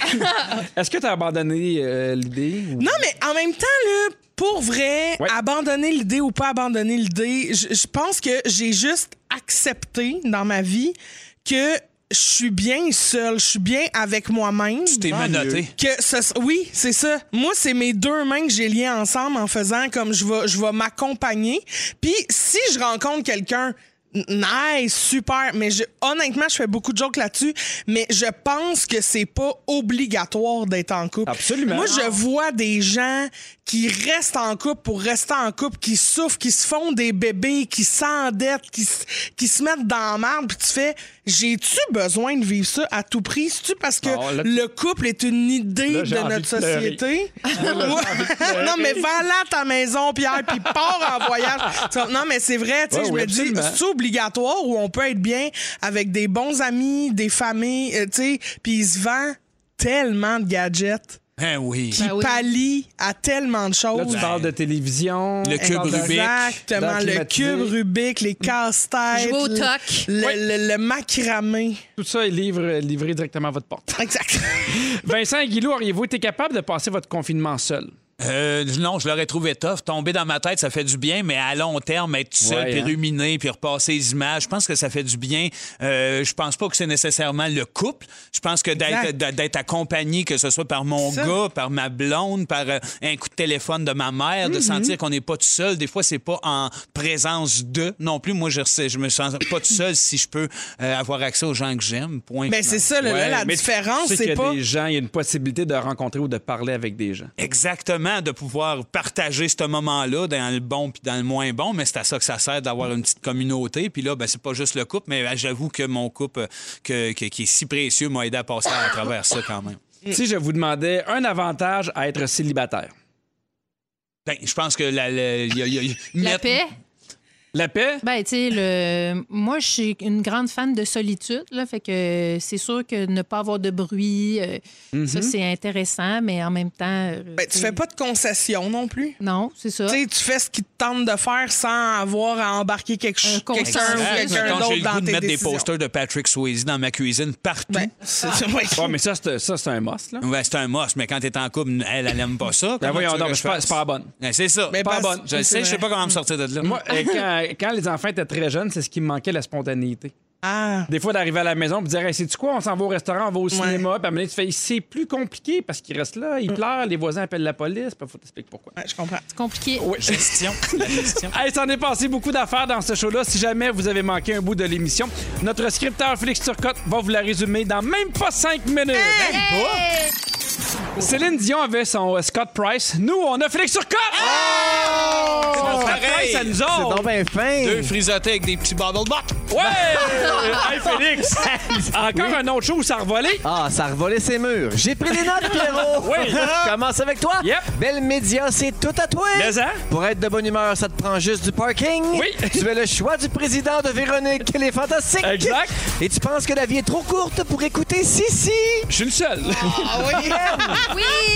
Est-ce que tu as abandonné euh, l'idée? ou-
Non, mais en même temps, là, pour vrai,
Ouais.
abandonner l'idée ou pas abandonner l'idée, je je pense que j'ai juste accepté dans ma vie que je suis bien seule, je suis bien avec moi-même.
T'es menotté.
Que ce- oui, c'est ça. Moi, c'est mes deux mains que j'ai liées ensemble en faisant comme je vais, je vais m'accompagner. Puis si je rencontre quelqu'un, n- nice, super. Mais je- honnêtement, je fais beaucoup de jokes là-dessus, mais je pense que c'est pas obligatoire d'être en couple.
Absolument.
Moi, je vois des gens qui restent en couple pour rester en couple, qui souffrent, qui se font des bébés, qui s'endettent, qui, s- qui se mettent dans la merde, puis tu fais, j'ai-tu besoin de vivre ça à tout prix? C'est-tu parce que
Ah, là, tu-
le couple est une idée
Là, j'ai
de
envie
notre
de pleurer.
société? Ouais. non, mais vends-la à ta maison, Pierre, puis pars en voyage. Tu vois, Non, mais c'est vrai, tu sais,
Ouais,
je
oui,
me dis,
absolument.
c'est obligatoire ou on peut être bien avec des bons amis, des familles, euh, tu sais, puis ils se vendent tellement de gadgets
Ben oui.
qui
Ben oui.
pallient à tellement de
Là, tu
choses.
parles de télévision.
Le
tu
cube
parles de-
Rubik.
Exactement,
Dans
le
climatisé.
cube Rubik, les casse-têtes,
Jouer au
le,
toc.
le-
Oui.
le- le macramé.
Tout ça est livré, livré directement à votre porte.
Exact.
Vincent et Guilou, auriez-vous été capable de passer votre confinement seul?
Euh, non, je l'aurais trouvé tough. Tomber dans ma tête, ça fait du bien, mais à long terme, être tout seul,
Ouais,
puis
hein.
ruminer, puis repasser les images, je pense que ça fait du bien. Euh, je pense pas que c'est nécessairement le couple. Je pense que d'être
Exact.
d- d'être accompagné, que ce soit par mon
Ça.
gars, par ma blonde, par euh, un coup de téléphone de ma mère,
Mm-hmm.
de sentir qu'on n'est pas tout seul. Des fois, c'est pas en présence de non plus. Moi, je, sais- je me sens pas tout seul si je peux euh, avoir accès aux gens que j'aime. Point.
Ben, c'est ça, là, là,
Ouais,
la
mais tu-
différence,
tu sais qu'il
c'est
y a
pas.
des gens, il y a une possibilité de rencontrer ou de parler avec des gens.
Exactement, de pouvoir partager ce moment-là dans le bon puis dans le moins bon, mais c'est à ça que ça sert d'avoir une petite communauté. Puis là, ben, c'est pas juste le couple, mais j'avoue que mon couple, euh, que, que- qui est si précieux, m'a aidé à passer à travers ça quand même.
Si je vous demandais un avantage à être célibataire,
Ben, je pense que la, la- y a- y a- y a-
La
mettre-
paix.
la paix,
Ben, tu sais, le... moi, je suis une grande fan de solitude, là, fait que c'est sûr que ne pas avoir de bruit, euh, ça, c'est intéressant, mais en même temps. euh,
Mm-hmm. Ben, tu fais pas de concession non plus.
Non, c'est ça.
Tu sais, tu fais ce qu'ils te tentent de faire sans avoir à embarquer quelque chose,
Un
quelqu'un
consensus.
ou
Mettons,
quelqu'un
j'ai
d'autre
le goût
dans
de
tes
mettre des
décisions.
posters de Patrick Swayze dans ma cuisine partout.
Ben, c'est ouais.
Ouais, mais ça, c'est ça, c'est un must. Là.
Ouais, c'est un must, mais quand t'es en couple, elle, elle aime pas ça.
Ben
Comment
voyons
tu veux
donc,
que
mais
je
c'est pas,
fasse?
c'est pas la bonne.
Ben, c'est ça.
Mais
pas la
parce-
bonne. Je
c'est
le sais, je sais
vrai.
pas comment me sortir de là.
Moi, euh, quand, quand les enfants étaient très jeunes, c'est ce qui me manquait, la spontanéité.
Ah,
Des fois, d'arriver à la maison, puis de dire, hey, sais-tu quoi, on s'en va au restaurant, on va au cinéma, puis à un moment donné, tu fais, c'est plus compliqué parce qu'il reste là, il pleure, les voisins appellent la police, puis faut t'expliquer pourquoi.
ouais, je comprends.
C'est compliqué.
Gestion. La gestion.
Hey, s'en est passé beaucoup d'affaires dans ce show-là. Si jamais vous avez manqué un bout de l'émission, notre scripteur Félix Turcotte va vous la résumer dans même pas cinq minutes. Même pas. Céline Dion avait son euh, Scott Price. Nous, on a Félix Turcotte! Scott Price, ça nous
Ah, C'est
autres!
donc bien fin.
Deux frisotés avec des petits bottle box.
Ouais! hey, Félix! Encore un autre show où ça a revolé.
Ah, ça a revolé ses murs. J'ai pris les notes, Pierrot.
Oui.
Je commence avec toi.
Yep.
Belle Média, c'est tout à toi.
Mais, hein?
Pour être de bonne humeur, ça te prend juste du parking.
Oui.
Tu es le choix du président de Véronique. Elle est fantastique.
Exact.
Et tu penses que la vie est trop courte pour écouter Sissi.
Je suis le seul.
Ah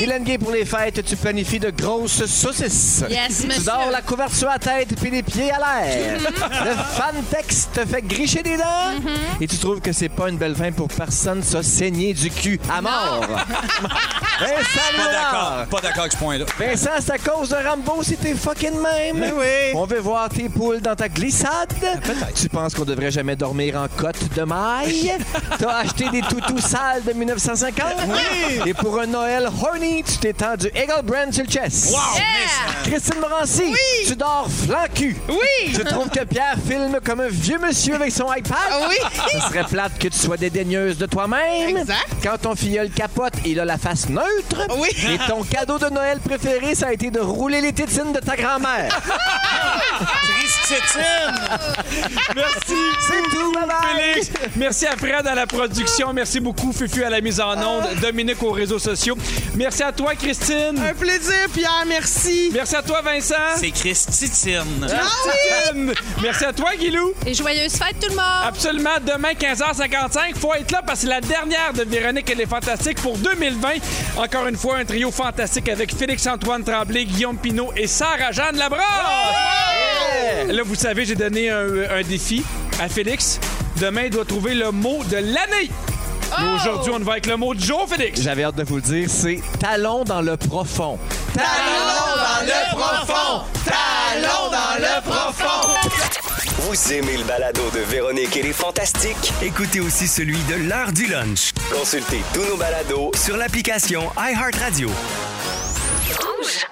Hélène Gay, pour les fêtes, tu planifies de grosses saucisses.
Yes,
tu
monsieur. Mm-hmm.
dors la couverture à tête puis les pieds à l'air. le fan texte te fait à gricher des dents et tu trouves que c'est pas une belle fin pour personne, ça saigner du cul à mort. Vincent
Pas
Léonard.
d'accord. Pas d'accord avec ce point-là.
Vincent, c'est à cause de Rambo si t'es fucking même.
Ben oui.
On veut voir tes poules dans ta glissade. Tu penses qu'on devrait jamais dormir en cotte de maille. T'as acheté des toutous sales de 1950. Oui. Et pour un Noël horny, tu t'étends du Eagle Brand sur le chest.
Wow!
Christine Morancy, tu dors flanc cul. Oui. Tu trouves que Pierre filme comme un vieux monsieur avec son iPad.
Oui.
Ce serait plate que tu sois dédaigneuse de toi-même.
Exact.
Quand ton filleul capote, il a la face neutre.
Oui.
Et ton cadeau de Noël préféré, ça a été de rouler les tétines de ta grand-mère.
Merci.
C'est tout, bye bye.
Félix. Merci à Fred à la production. Merci beaucoup, Fufu, à la mise en onde. Dominique aux réseaux sociaux. Merci à toi, Christine.
Un plaisir, Pierre, merci.
Merci à toi, Vincent.
C'est Christine.
Christine. Merci à toi, Guilou.
Et joyeuses fêtes, tout le monde!
Absolument, demain 15h55, faut être là parce que c'est la dernière de Véronique et les Fantastiques pour 2020. Encore une fois, un trio fantastique avec Félix-Antoine Tremblay, Guillaume Pinault et Sarah-Jeanne Labrosse. Là, vous savez, j'ai donné un, un défi à Félix. Demain, il doit trouver le mot de l'année. Et Aujourd'hui, on va avec le mot du jour, Félix.
J'avais hâte de vous le dire, c'est talon dans le profond. Talon dans le profond. Talon dans le profond.
Vous aimez le balado de Véronique et les Fantastiques?
Écoutez aussi celui de l'heure du lunch
Consultez tous nos balados
sur l'application iHeartRadio.
Rouge.